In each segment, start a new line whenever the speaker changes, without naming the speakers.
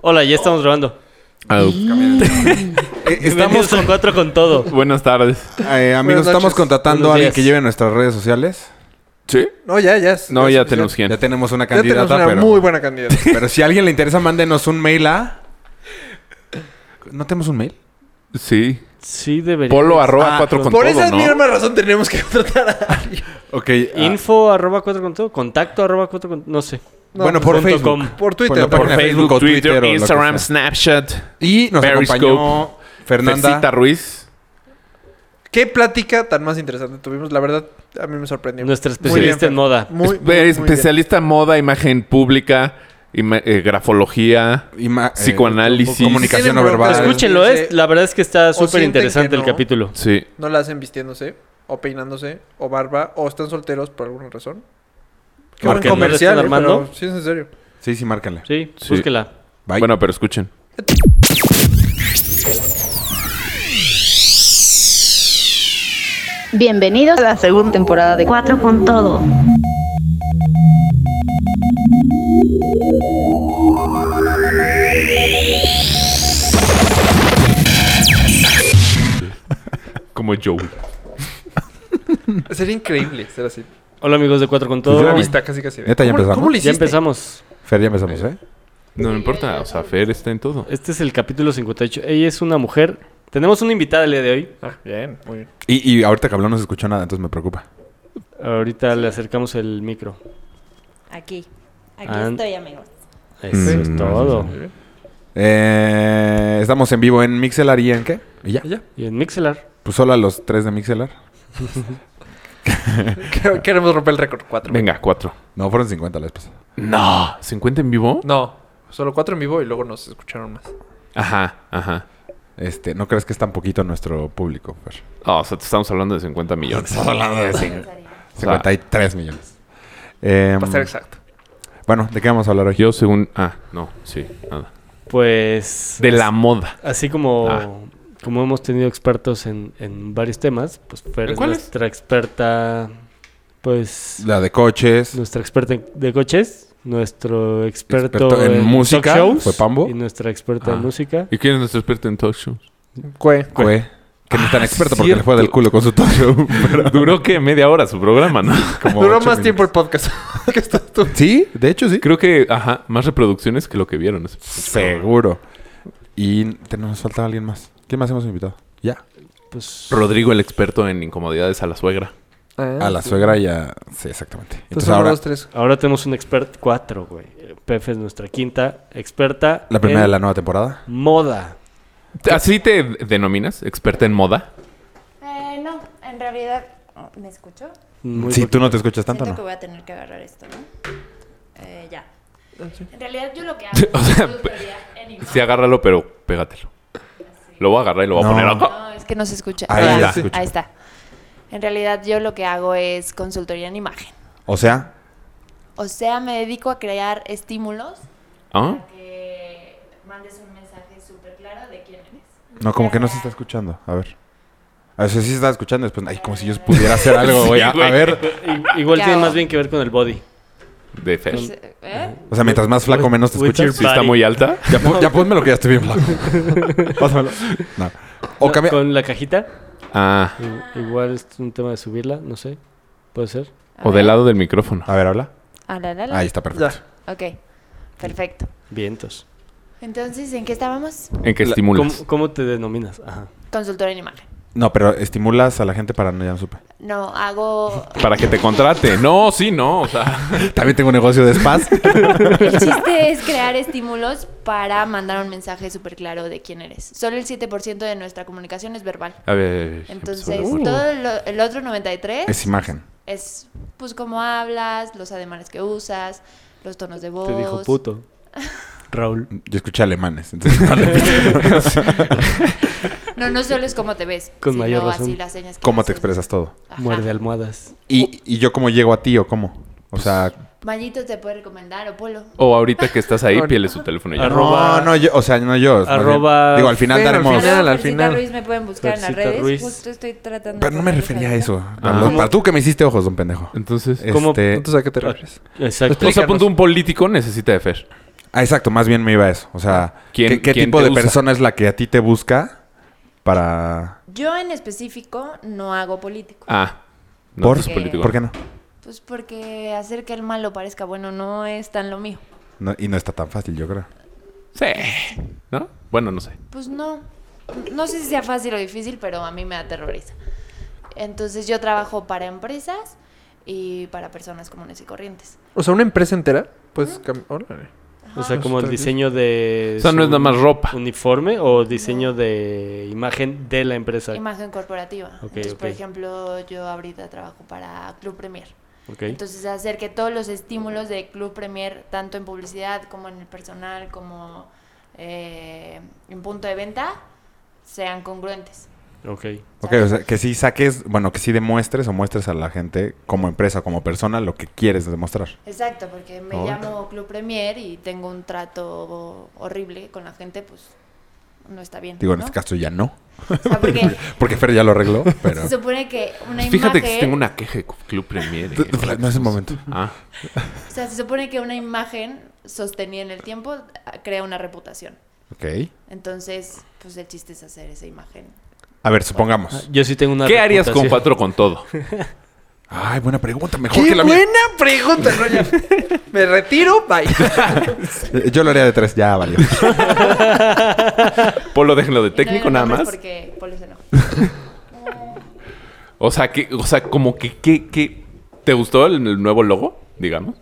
Hola, ya estamos grabando.
Au.
Eh,
Estamos
estamos
con cuatro con todo.
Buenas tardes.
eh, amigos,
Buenas
estamos
noches.
contratando
Buenos
a alguien
días.
que lleve nuestras redes sociales.
¿Sí?
No, ya, ya. es-
No, ya
es-
tenemos
Ya
quién.
tenemos una
Ya tenemos
candidata,
una
pero,
muy buena candidata.
pero si a alguien le interesa, mándenos un mail a. ¿No tenemos un mail?
Sí.
Sí, debería.
Polo arroba
Ah,
cuatro
los-
con
Por
todo,
esa
¿no?
misma razón tenemos que contratar a alguien.
Ok. ah,
Info arroba cuatro con todo. Contacto arroba cuatro con... No sé.
No,
bueno, por
punto
Facebook.
com.
Por
Por la
Twitter.
página
Por
de Facebook o
Facebook, Twitter,
Twitter o lo que
Instagram,
sea.
Snapchat.
Y nos
Periscope.
acompañó Fernanda.
Fernanda Ruiz.
¿Qué plática tan más interesante tuvimos? La verdad, a mí me sorprendió.
Nuestra
Muy
especialista
bien,
en moda.
Muy,
Es-
muy, muy
especialista en moda, imagen pública, ima- eh, grafología.
Ima- eh,
Psicoanálisis.
comunicación
Tienen
no verbal.
broncas, escuchen.
Escúchenlo,
Sí,
es.
sí.
La verdad es que está súper
sienten que
interesante el
no.
capítulo.
Sí.
bien. No la hacen vistiéndose, o peinándose, o barba, o están solteros por alguna razón. Qué buen
Porque no le
comercial,
están
eh,
armando.
pero sí, es en serio.
Sí, sí, márcale.
Sí,
Sí.
búsquela.
Bye.
Bueno, pero escuchen.
Bienvenidos a la segunda temporada de Cuatro con Todo.
Como Joe.
Sería increíble ser así.
Hola amigos de cuatro con
Pues
todo.
ya,
Ya
Está casi casi.
Neta, ya
¿Cómo-
empezamos.
¿Cómo le hiciste?
empezamos.
Fer, ya empezamos, ¿eh?
No me importa. O sea, Fer está en todo.
Este es el capítulo 58. Ella es una mujer. Tenemos una invitada el día de hoy.
Ah, bien, muy bien.
Y, y ahorita que habló no se escuchó nada, entonces me preocupa.
Ahorita le acercamos el micro.
Aquí. Aquí
Ah.
estoy, amigos.
Eso
Mm,
es todo.
muy bien.
Eh, estamos en vivo en Mixelar y en qué? Y ya.
Y en Mixelar.
Pues hola a los tres de Mixelar.
Quer- Queremos romper el récord. Cuatro.
Venga, cuatro.
No, fueron 50 la vez pasada.
No. ¿50 en vivo?
No, solo cuatro en vivo y luego nos escucharon más.
Ajá, ajá.
Este, ¿no crees que es tan poquito nuestro público, Fer?
Ah, o sea, te estamos hablando de 50 millones.
Estás hablando de 53 millones. Em,
Para ser exacto.
bueno, ¿de qué vamos a hablar hoy?
Yo según... Ah, no. Sí, nada.
Pues...
De la moda.
Así como,
Ah.
como hemos tenido expertos en, en varios temas, pues Fer
¿En
es
cuáles?
nuestra experta, pues
La de coches.
nuestra experta en- de coches, nuestro experto,
Experto en música,
talk shows,
fue Pambo.
y nuestra experta
Ah.
en música.
¿Y quién es nuestro experto en talk shows?
Cue.
Cue, Que no es tan
Ah,
experto porque le fue
cierto.
del culo con su talk show. pero
Duró que media hora su programa, ¿no?
como
Duró
ocho
más
minutos.
tiempo el podcast que estás tú.
Sí, de hecho sí.
Creo que, ajá, más reproducciones que lo que vieron. ese programa.
Seguro. Y te- nos falta alguien más. ¿Quién más hemos invitado? Ya.
Pues,
Rodrigo, el experto en incomodidades a la suegra.
A la suegra ya. Sí, exactamente. Entonces
Entonces, uno,
ahora.
Ah, dos, tres.
ahora tenemos un expert cuatro, güey. Pefe es nuestra quinta experta.
La primera
en
de la nueva temporada.
moda.
¿Así te denominas? ¿Experta en moda?
Eh, no, en realidad. oh, ¿Me escucho?
Muy
si
poquito.
tú no te escuchas tanto,
Siento
¿no?
que voy a tener que agarrar esto, ¿no? Eh, ya. En realidad, yo lo que hago.
O sea,
es tutoría en inglés.
Sí, agárralo, pero pégatelo. Lo voy a agarrar y lo voy a
No.
poner acá.
No, es que no se escucha.
Ahí
Ah,
ya
se
sí.
escucha.
Ahí está. En realidad, yo lo que hago es consultoría en imagen.
O sea,
O sea, me dedico a crear estímulos
¿Ah?
para que mandes un mensaje súper claro de quién eres.
no, como que no se está escuchando. A ver. A ver, si sí se está escuchando después. Ay, como si yo pudiera hacer algo, güey. A, a ver.
I- Igual
¿Qué
tiene
hago?
más bien que ver con el body.
De Fer.
Pues, ¿eh?
O sea, mientras más flaco, menos te
With your
escuchas.
¿Sí está
body.
muy alta?
Ya, pon- ya ponme lo que ya estoy bien flaco. Pásamelo. No. O cambia.
Con la cajita.
Ah,
i- Igual es un tema de subirla, no sé. Puede ser.
A
o
ver.
del lado del micrófono.
A ver, habla.
Ah, la, la, la.
Ahí está perfecto.
Ok, perfecto.
Vientos.
Entonces, ¿en qué estábamos?
¿En qué
La-
estimulas?
¿Cómo, cómo te denominas? Ajá.
Consultora en imagen.
No, pero estimulas a la gente para no ya no supe.
No, hago...
Para que te contrate. No, sí, no. O sea,
También tengo un negocio de spas.
El chiste es crear estímulos para mandar un mensaje súper claro de quién eres. Solo el 7% de nuestra comunicación es verbal.
a ver.
Entonces,
empezó la-
todo lo- el otro 93
es imagen.
es pues cómo hablas, los ademanes que usas, los tonos de voz.
Te dijo puto. Raúl.
Yo escuché alemanes. Entonces, no le
No, no solo es cómo te ves,
Con
sino
mayor razón.
así las señas que
¿Cómo te
haces.
expresas todo?
Ajá.
Muerde almohadas.
¿Y, y yo cómo llego a ti o cómo? O sea,
Mayito te puede recomendar o polo.
O ahorita que estás ahí, pieles su teléfono y ya.
Arro- Arroba-
no, no, yo, o sea, no yo. más bien.
Arroba-
Digo, al final
Fer, al
daremos.
final.
Arroba
al
Fercita
final.
Ruiz me pueden buscar en
Fercita
las redes.
Ruiz.
Justo estoy tratando.
Pero no me
de
refería a
ponerlos
eso. Para,
Ah.
los- para tú que me hiciste ojos, don pendejo.
Entonces,
¿Cómo?
Este,
Entonces, ¿a qué te refieres?
Exacto.
o sea, punto un político necesita de Fer.
Ah, exacto, más bien me iba a eso. O sea,
Ah, ¿Quién-
¿qué, qué
quién
tipo
te
de
usa?
persona es la que a ti te busca para...
Yo en específico no hago político.
Ah. No,
¿Por?
es político.
¿Por qué no?
Pues porque hacer que el malo parezca bueno no es tan lo mío.
No, Y no está tan fácil, yo creo.
Sí. ¿No? Bueno, no sé.
Pues no. No sé si sea fácil o difícil, pero a mí me aterroriza. Entonces yo trabajo para empresas y para personas comunes y corrientes.
O sea, una empresa entera,
Ah.
pues... cam- órale.
O sea, como el diseño de...
O sea, no es
su
nada más ropa.
¿Uniforme o diseño de imagen de la empresa?
Imagen corporativa.
Ok,
Entonces, por
ok.
ejemplo, yo ahorita trabajo para Club Premier.
Ok.
Entonces hacer que todos los estímulos de Club Premier, tanto en publicidad como en el personal, como eh, en punto de venta, sean congruentes.
ok.
Ok, o sea, que sí saques, bueno, que sí demuestres o muestres a la gente como empresa, como persona, lo que quieres demostrar.
Exacto, porque me
Ahora.
llamo Club Premier y tengo un trato horrible con la gente, pues no está bien.
Digo, en
¿no?
este caso ya no,
O sea, porque
porque Fer ya lo arregló, pero...
se supone que una
Fíjate que sí
imagen,
tengo una queja con Club Premier. eh.
No es el momento.
Ah.
o sea, se supone que una imagen sostenida en el tiempo ah, crea una reputación.
Ok.
Entonces, pues el chiste es hacer esa imagen.
A ver, supongamos.
Yo sí tengo una
¿Qué harías con
reputación.
cuatro con todo?
Ay, buena pregunta, mejor
¡Qué
que la mía.
buena pregunta! No, ya. Me retiro, bye.
Eh, Yo lo haría de tres, ya valió.
Polo, déjenlo de
Y no
técnico
digo
nada
nombres
más.
Porque Polo se enoja.
O sea, que, o sea, como que, que, que- ¿te gustó el, el nuevo logo? Digamos.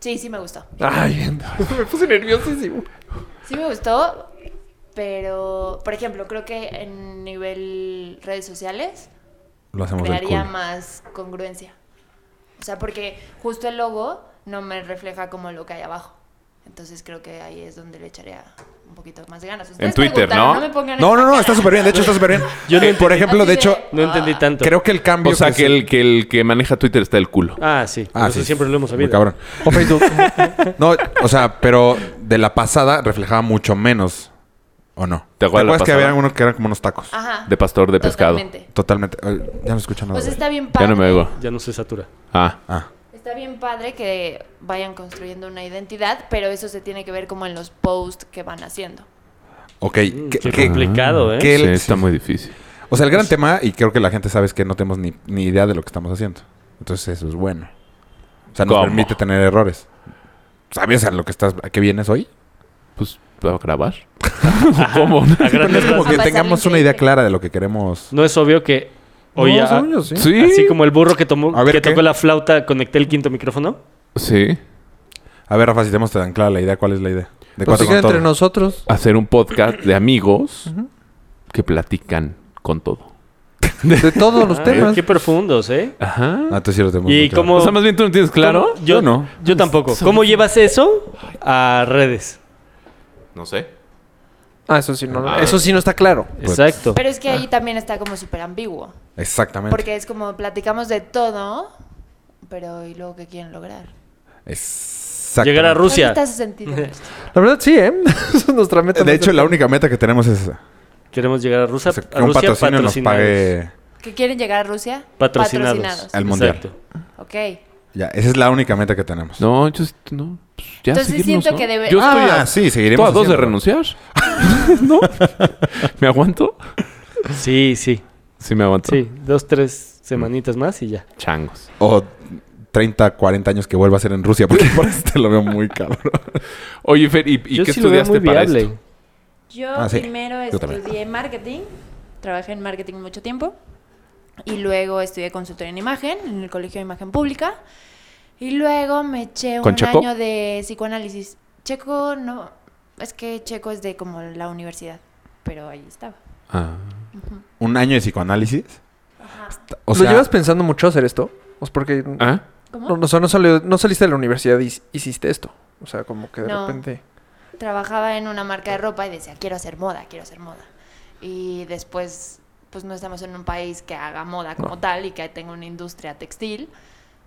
Sí, sí me gustó.
Ay, me puse nerviosísimo.
Sí me gustó, pero, por ejemplo, creo que en nivel redes sociales
Lo hacemos del
crearía
culo.
más congruencia. O sea, porque justo el logo no me refleja como lo que hay abajo. Entonces creo que ahí es donde le echaría un poquito más de ganas. Ustedes
Twitter,
preguntaron,
¿no?
me pongan
No, no,
esa
no,
cara.
está súper bien. De hecho, está súper bien.
Yo no
Eh, Por
entendí.
ejemplo,
Así
de hecho,
No entendí tanto.
creo que el cambio...
O sea, que
se-
el, que el que maneja Twitter está el culo.
Ah, sí.
Ah,
Eso
sí,
siempre lo hemos
Muy
sabido.
cabrón. O Facebook. No, o sea, pero de la pasada reflejaba mucho menos. ¿O no?
¿Te acuerdas de la
que
pasada?
había algunos que eran como unos tacos?
Ajá.
De pastor de pescado.
totalmente.
Totalmente. Ay, Ya no escuchan nada.
Pues está bien padre.
Ya no me oigo.
Ya no se satura.
Ah.
Ah,
Está bien padre que vayan construyendo una identidad, pero eso se tiene que ver como en los posts que van haciendo.
ok.
Mm,
¿Qué-
Qué,
qué-
complicado, ¿eh?
qué-
Sí,
El-
está
sí.
muy difícil.
O sea, el gran tema, y creo que la gente sabe es que no tenemos ni, ni idea de lo que estamos haciendo. Entonces eso es bueno. O sea, nos
¿Cómo?
permite tener errores. ¿Sabes a lo que estás, a qué vienes hoy?
Pues, ¿puedo grabar? ¿Cómo?
A
Pero no
grandes rasgos.
es como que
A pasarla
tengamos una
increíble.
idea clara de lo que queremos.
No es obvio que... Oye,
No,
a-
ah,
según yo, sí.
Sí.
así como el burro que, tomó,
A ver,
que
¿qué?
tocó la flauta, conecté el quinto micrófono.
Sí.
A ver, Rafa, si tenemos tan clara la idea, ¿cuál es la idea? De
Pues
cuatro
sigue
con
entre
todo.
nosotros.
Hacer un podcast de amigos que platican con todo.
De todos los
Ah,
temas.
qué profundos, ¿eh?
Ajá.
Ah, tú sí lo tenemos muy
¿Y
claro.
cómo...?
O sea, más bien tú no tienes claro.
cómo- Yo no. Yo tampoco. ¿Cómo llevas eso a redes?
No sé.
Ah, eso sí, no, no.
Ah.
Eso sí no está claro.
Pues-
Exacto.
Pero es que ahí también está como súper ambiguo.
Exactamente.
Porque es como platicamos de todo, pero ¿y luego qué quieren lograr?
Exactamente.
Llegar a
¿Dónde
Rusia.
está su sentido? en esto?
La verdad sí, ¿eh? Esa es nuestra meta.
De hecho, la única meta que tenemos es esa.
Queremos llegar a Rusia.
O sea, pues, que
a
un
Rusia
patrocinio nos
patrocinados.
pague
¿Que quieren llegar a Rusia?
Patrocinados.
al mundial.
Exacto.
Ok.
Ya, esa es la única meta que tenemos.
No, yo sí- no. Pues, ya
Entonces
seguirnos,
siento
¿no?
que debe-
Yo estoy
ah,
a,
sí, seguiremos.
estoy a dos de
haciendo.
renunciar. ¿No? ¿Me aguanto?
Sí, sí.
Sí, me aguanto.
Sí. Dos, tres semanitas más y ya.
Changos.
O 30, 40 años que vuelva a ser en Rusia, porque por eso te lo veo muy cabrón.
Oye, Fer, ¿y, y
Yo
qué
sí lo veo
estudiaste
muy
para
viable.
esto?
Yo
Ah, sí.
primero
Yo también.
estudié marketing, trabajé en marketing mucho tiempo y luego estudié consultoría en imagen en el Colegio de Imagen Pública y luego me eché
¿Con
un
Checo?
año de psicoanálisis. Checo no, es que Checo es de como la universidad, pero ahí estaba.
Ah.
¿Un año de psicoanálisis? O
¿Lo
sea,
llevas pensando mucho hacer esto? Pues porque...
¿Ah?
¿Cómo?
No, no, o sea, no, salió- no saliste de la universidad y hiciste esto. O sea, como que de
No.
repente...
Trabajaba en una marca de ropa y decía, quiero hacer moda, quiero hacer moda. Y después, pues no estamos en un país que haga moda como tal y que tenga una industria textil.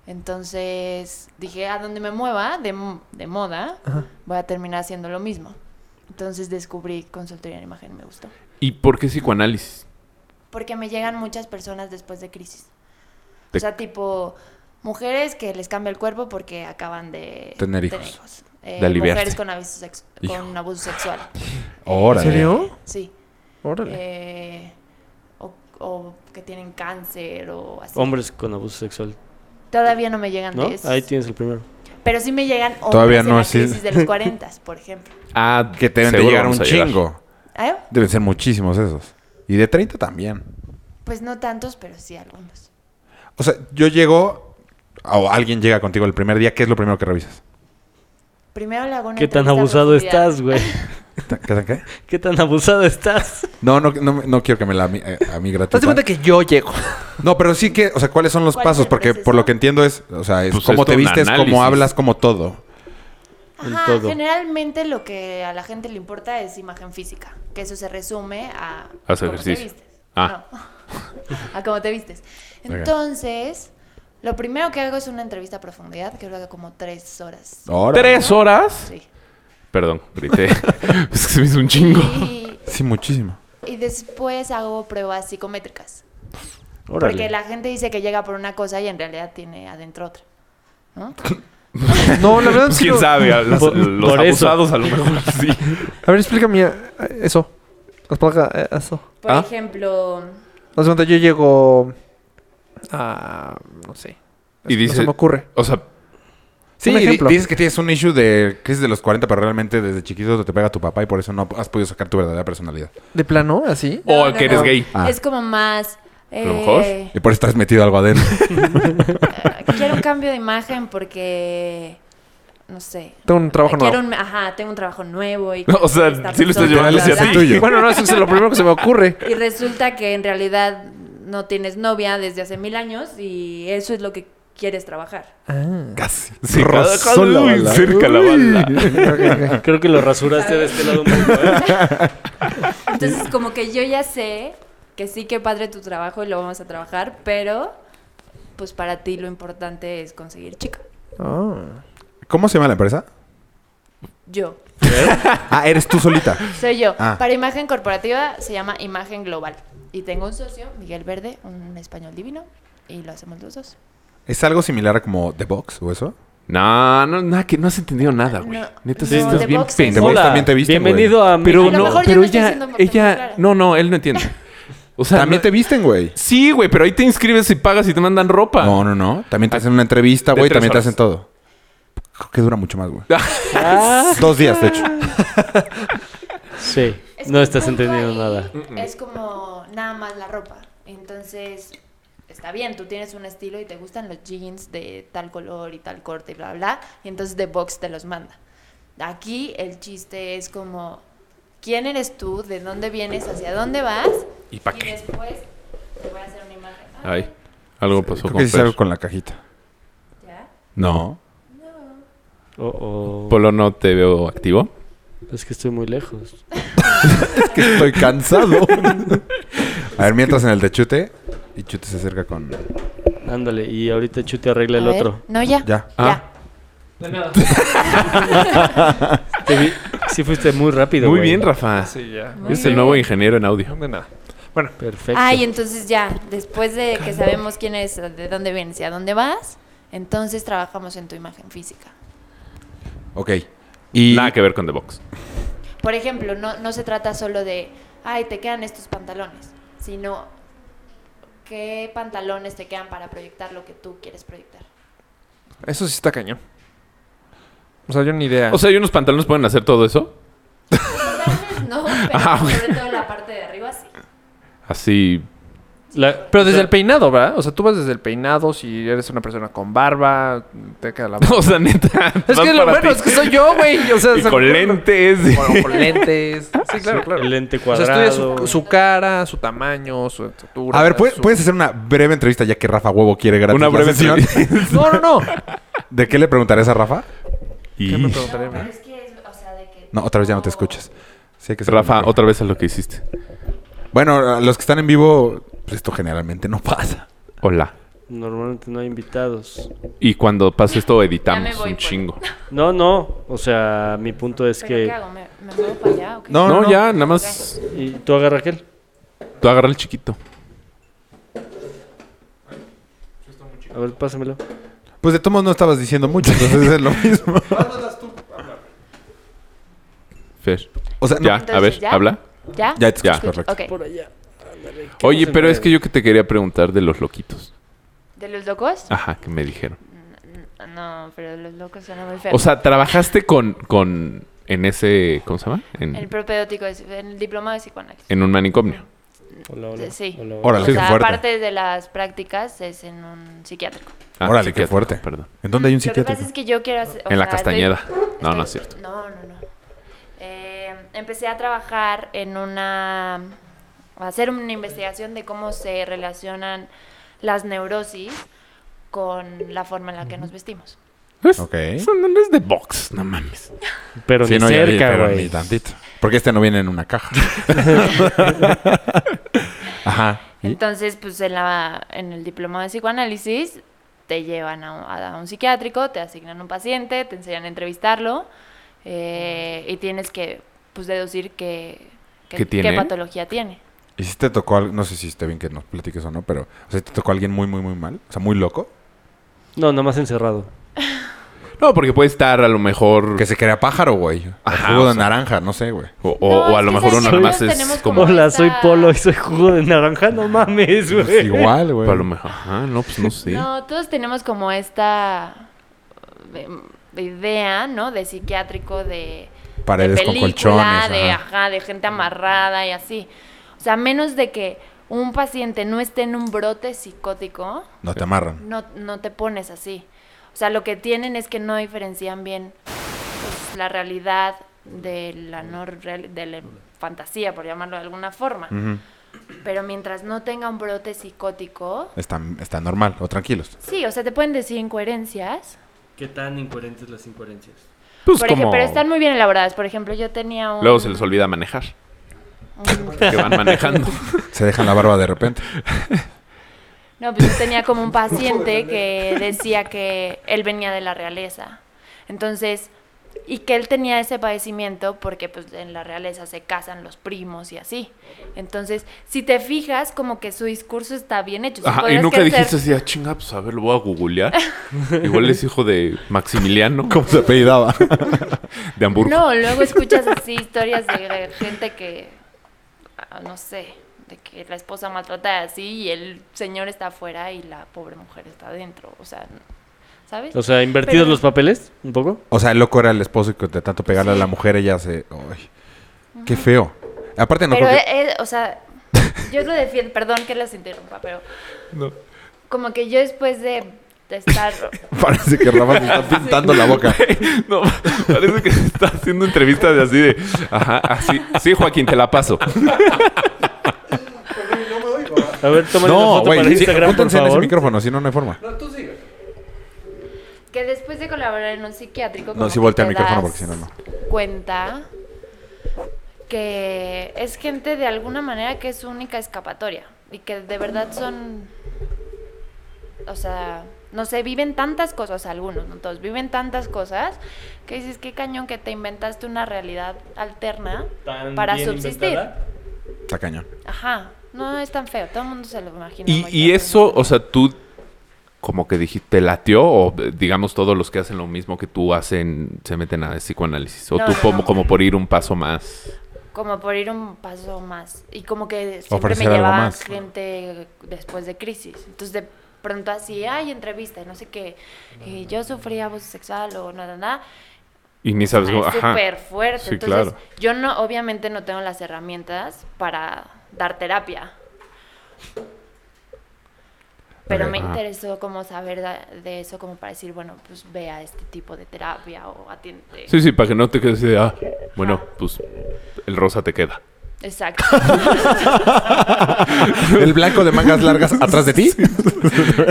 Entonces dije, a donde me mueva de, m- de moda,
Ajá.
voy a terminar haciendo lo mismo. Entonces descubrí consultoría en imagen, me gustó.
¿Y por qué psicoanálisis?
Porque me llegan muchas personas después de crisis.
Te-
O sea, tipo mujeres que les cambia el cuerpo porque acaban de
Tener hijos.
hijos. eh,
De aliviarte.
mujeres con abuso, sex- con abuso sexual.
Órale.
¿En serio?
Sí.
Órale.
Eh, o, o que tienen cáncer o así.
Hombres con abuso sexual,
Todavía no me llegan
¿no?
de esos.
Ahí tienes el primero.
Pero sí me llegan hombres
Todavía
en
no
la
así-
crisis de los 40, por ejemplo.
Ah,
Que te deben de
seguro
llegar un
vamos a llegar.
chingo.
Ah,
Deben ser muchísimos esos. Y de 30 también.
Pues no tantos, pero sí algunos.
O sea, yo llego o alguien llega contigo el primer día, ¿qué es lo primero que revisas?
Primero le hago una
¿Qué tan
entrevista a
abusado
profundidad.
estás, güey?
¿Qué? qué?
¿Qué tan abusado estás?
No, no, no, no quiero que me la ami- eh, a mí
¿Te das
gratuita.
cuenta que yo llego?
No, pero sí que, o sea, ¿cuáles son los
¿Cuál es
pasos?
el
Porque por
proceso?
lo que entiendo es, o sea, es
Pues
cómo
es
te
un
vistes, cómo
análisis.
hablas, cómo todo.
En
Ajá,
todo.
generalmente lo que a la gente le importa es imagen física, que eso se resume a
Haz
cómo te
ejercicio.
vistes.
Ah.
No, a cómo te vistes. Entonces, lo primero que hago es una entrevista a profundidad, que dura como tres horas.
Ahora.
¿Tres horas?
Sí.
Perdón, grité. es que se me hizo un chingo.
Y,
Sí, muchísimo.
y después hago pruebas psicométricas. Porque
Órale.
la gente dice que llega por una cosa y en realidad tiene adentro otra. ¿no?
Ah.
No, la verdad
Pues
es que
quién
no.
sabe, a los,
Por-
los
por eso.
abusados a lo mejor sí.
A ver, explícame eh, eso. Las palabras, eh, eso.
Por
Ah.
ejemplo,
No sé cuánto yo llego a... no sé.
Y
No
dice,
se me ocurre.
o sea,
Sí,
Un
di-
ejemplo.
dices que tienes un issue de crisis de los 40, pero realmente desde chiquito te pega tu papá y por eso no has podido sacar tu verdadera personalidad.
¿De plano? ¿Así?
No,
o
no,
Oh, que eres
no.
gay.
Ah.
es como más...
lo mejor.
eh,
Y por eso te has metido algo adentro.
eh, quiero un cambio de imagen porque... No sé.
Tengo un trabajo
quiero
nuevo.
un- ajá, tengo un trabajo nuevo y...
No, o sea,
esta
sí lo estás
persona,
llevando hacia
bla,
ti.
bla,
tuyo.
Bueno, no, eso es lo primero que se me ocurre.
bla. Y resulta que en realidad no tienes novia desde hace mil años y eso es lo que quieres trabajar.
Casi.
Sí, cada-
Rozó
cada-
la
uy,
bala.
cerca la bala.
Creo que lo rasuraste de este lado un poco, ¿eh?
Entonces, como que yo ya sé que sí que padre tu trabajo y lo vamos a trabajar, pero pues para ti lo importante es conseguir chica.
Ah.
¿Cómo se llama la empresa?
Yo,
Ah, eres tú solita.
soy yo.
Ah.
Para imagen corporativa se llama imagen global. Y tengo un socio, Miguel Verde, un español divino, y lo hacemos los dos.
¿Es algo similar a como The Box o eso?
No, no, nada, que no has entendido nada, güey.
No,
Neta,
no,
sí, estás
de
bien
boxes.
The
pendejo.
Box también te visten, güey.
bienvenido a
Pero
A lo
no,
mejor yo
pero
me estoy
ella,
haciendo
ella,
clara.
no, no, él no entiende. O sea,
También
no-
te visten, güey.
sí, güey, pero ahí te inscribes y pagas y te mandan ropa.
No, no, no. También te hacen una entrevista,
Ah, De
güey.
tres
También te
horas.
hacen todo. Creo que dura mucho más, güey.
Ah.
Dos días, de hecho.
Sí,
Es que
no
el
estás
punto
entendiendo
ahí
nada.
Es como nada más la ropa. Entonces, está bien, tú tienes un estilo y te gustan los jeans de tal color y tal corte y bla, bla. Y entonces The Box te los manda. Aquí el chiste es como, ¿quién eres tú? ¿De dónde vienes? ¿Hacia dónde vas?
¿Y pa'
Y
qué?
después te voy a hacer una imagen.
Ay, algo pasó Pues,
Creo
con
que sí
Fer.
algo con la cajita.
¿Ya?
No.
Oh, oh.
Polo no te veo activo.
Es que estoy muy lejos.
Es que estoy cansado. a ver, mientras en el de Chute. Y Chute se acerca con...
Ándale, y ahorita Chute arregla el
A ver,
otro.
No, ya.
Ya.
Ah.
Te vi- sí fuiste muy rápido,
Muy
güey.
bien, Rafa.
Sí, ya.
Muy
Es el
bien.
nuevo ingeniero en audio.
De nada.
Perfecto.
Ay, entonces ya, después de que sabemos quién es, de dónde vienes y a dónde vas, entonces trabajamos en tu imagen física.
Ok. Y...
Nada que ver con The Box.
Por ejemplo, no, no se trata solo de, ay, te quedan estos pantalones, sino qué pantalones te quedan para proyectar lo que tú quieres proyectar.
Eso sí está cañón. O sea, yo ni idea.
O sea, ¿y unos pantalones pueden hacer todo eso?
Pantalones no, pero
Ah, ok.
sobre todo la parte de arriba sí.
Así.
La-
pero desde el peinado, ¿verdad? O sea, tú vas desde el peinado, si eres una persona con barba, te queda la barba.
O sea, neta.
es
vas
que lo
para
bueno
ti.
es que soy yo, güey. O sea,
Y
se-
con lentes.
Bueno, con lentes. Sí, claro, claro.
El lente
O sea,
cuadrado.
estudia su, su cara, su tamaño, su estatura.
A ver, ¿puedes,
su-
puedes hacer una breve entrevista ya que Rafa Huevo quiere gratis
Una
la
breve
sesión?
entrevista.
No, no, no.
¿De qué le preguntarás a Rafa?
Y...
¿Qué me
No,
preguntaría?
pero es que es, o sea, de que...
No, otra vez ya no te escuchas. Sí, hay que ser-
Rafa, otra vez es lo que hiciste.
Bueno, a los que están en vivo, pues, esto generalmente no pasa.
Hola.
Normalmente no hay invitados.
Y cuando pase esto
Ya me
editamos
voy,
un
pues.
chingo.
No, no. O sea, mi punto es
¿Pero qué
que...
hago? ¿Me, me muevo para allá o qué?
No,
No, no.
ya, nada más.
¿Y tú agarra aquel?
Tú agarra el chiquito.
A ver, pásamelo.
Pues de todos modos no estabas diciendo mucho, entonces es lo mismo.
Fer.
O sea, no.
ya, a
Entonces,
ver,
¿ya?
habla.
¿Ya?
Ya te escuchas,
Escucho.
correcto.
Ok.
Por allá. Ándale, ¿qué
Oye,
más
pero
se
es que yo que te quería preguntar de los loquitos.
¿De los locos?
Ah.
Ajá, que me dijeron.
N- No, pero los locos suena muy feo.
O sea, ¿trabajaste con, con en ese, ¿cómo se llama?
el
En,
propedéutico, es- el diplomado de psicoanálisis.
en un manicomio.
Hola, hola.
Sí.
Hola, hola.
Órale,
o
qué
sea,
fuerte.
parte de las prácticas es en un psiquiátrico.
Órale, qué
psiquiátrico,
fuerte.
Ah, Perdón.
¿En dónde hay un
Lo que pasa
psiquiátrico?
es que yo quiero hacer... o
En la
sea, estoy-
Castañeda. No,
estoy-
no es cierto.
No, no, no. Eh, empecé a trabajar en una... a hacer una investigación de cómo se relacionan las neurosis con la forma en la que nos vestimos.
Ok.
Eso no es de box, no mames.
Pero
Sí,
ni
no, ya vi,
cerca,
pero
güey.
Ni tantito. Porque este no viene en una caja. Ajá.
Entonces, pues en, la, en el diploma de psicoanálisis te llevan a, un- a un psiquiátrico, te asignan un paciente, te enseñan a entrevistarlo eh, y tienes que pues, deducir qué- qué-
¿Qué tiene?
qué patología tiene.
¿Y si te tocó, al- no sé si esté bien que nos platiques o no, pero, o sea, ¿te tocó alguien muy, muy, muy mal? O sea, muy loco.
No, nada más encerrado.
No, porque puede estar a lo mejor...
Que se crea pájaro, güey. O
Ajá,
jugo
o
de
sea.
naranja, no sé, güey.
O, o-
No,
o a
es
lo
que
mejor
sabes
uno
que
nada más
todos
es
tenemos
como...
como-
Hola,
está?
soy Polo y soy jugo de naranja. No mames,
Pues
güey.
igual, güey.
A lo mejor... Ajá, no, pues no sé.
No, todos tenemos como esta eh, idea, ¿no? De psiquiátrico, de,
Paredes
de
con
película,
colchones.
de,
ajá.
ajá, de gente amarrada y así. O sea, a menos de que un paciente no esté en un brote psicótico,
No te amarran.
no, no te pones así. O sea, lo que tienen es que no diferencian bien pues, la realidad de la no real- de la fantasía, por llamarlo de alguna forma.
Mm.
Ujú.
Pero mientras no tenga un brote psicótico,
Está, está normal, o tranquilos.
sí, o sea, te pueden decir incoherencias.
¿Qué tan incoherentes las incoherencias?
Pues
por
como...
ejemplo, pero están muy bien elaboradas. Por ejemplo, yo tenía un...
Luego se les olvida manejar.
un-
Que van manejando.
Se dejan la barba de repente.
No, pues yo tenía como un paciente que decía que él venía de la realeza. Entonces, y que él tenía ese padecimiento porque pues en la realeza se casan los primos y así. Entonces, si te fijas, como que su discurso está bien hecho. Si
Ajá, y
podrías
nunca
que
dijiste
ser-
así, ah, chinga, pues a ver, lo voy a googlear. Igual es hijo de Maximiliano.
¿Cómo se apellidaba?
De Hamburgo.
No, luego escuchas así historias de gente que, ah, no sé, de que la esposa maltrata así y el señor está afuera y la pobre mujer está adentro. O sea, ¿sabes?
O sea, invertidos
Pero-
los papeles, un poco.
O sea, el loco era el esposo y que de tanto pegarle a la mujer ella se... Ay, qué feo. Aparte no
pero,
creo que...
eh, eh, o sea, yo lo defiendo, perdón que las interrumpa, pero
No.
como que yo después de estar...
eh.
Parece que Rafa se está pintando la boca.
No, parece que está haciendo entrevistas de así de. Ajá, así. Sí, Joaquín, te la paso.
A ver, toma una
No,
foto para
güey, sí,
Instagram, por
apúntense en ese
favor.
micrófono, si no, no hay forma.
que después de colaborar en un psiquiátrico...
No,
como
sí,
que
voltea
te
el micrófono
das
porque si no, no.
Cuenta que es gente de alguna manera que es su única escapatoria y que de verdad son... O sea, no sé, viven tantas cosas, algunos, no todos, viven tantas cosas que dices, qué cañón que te inventaste una realidad alterna para subsistir.
Está cañón.
Ajá, no es tan feo, todo el mundo se lo imagina.
Y,
muy
y
feo.
eso, o sea, tú. Como que dijiste, ¿te latió? O eh, digamos, todos los que hacen lo mismo que tú hacen se meten a psicoanálisis. O
No,
tú,
no,
como,
no.
como por ir un paso más.
Como por ir un paso más. Y como que siempre me
Ofrecer algo
llevaba
más.
gente después de crisis. Entonces de pronto así, hay entrevista, y no sé qué. Y yo sufrí abuso sexual o nada, nada.
Y ni sabes.
Es
Pues ajá.
súper fuerte.
Sí,
Entonces,
claro.
yo no, obviamente no tengo las herramientas para dar terapia. Pero
Ok,
me
ajá.
interesó como saber da- de eso, como para decir, bueno, pues ve a este tipo de terapia o atiende.
Sí, sí, para que no te quedes así de. Ah, bueno, pues el rosa te queda.
Exacto.
El blanco de mangas largas atrás de ti.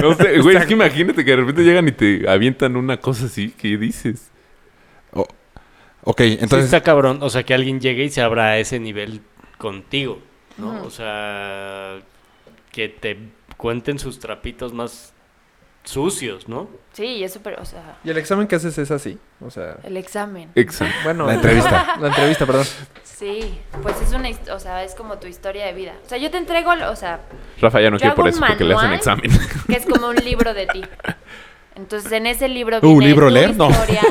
No sé, güey, es que imagínate que de repente llegan y te avientan una cosa así. ¿Qué dices?
O- ok,
Entonces
entonces...
está cabrón, o sea, que alguien llegue y se abra a ese nivel contigo, ¿no? O sea, que te cuenten sus trapitos más sucios, ¿no?
Sí, y eso, pero, o sea,
Y el examen que haces es así. O sea,
el examen.
Exacto.
bueno.
La entrevista.
La entrevista, perdón.
Sí, pues es una, his- o sea, es como tu historia de vida. O sea, yo te entrego, lo- o sea,
Rafa ya no
Yo
quiere por
hago
eso,
un
porque le hacen
manual.
examen.
que es como un libro de ti. Entonces, en ese libro
Uh,
viene
¿libro
tu
leer? No.
historia.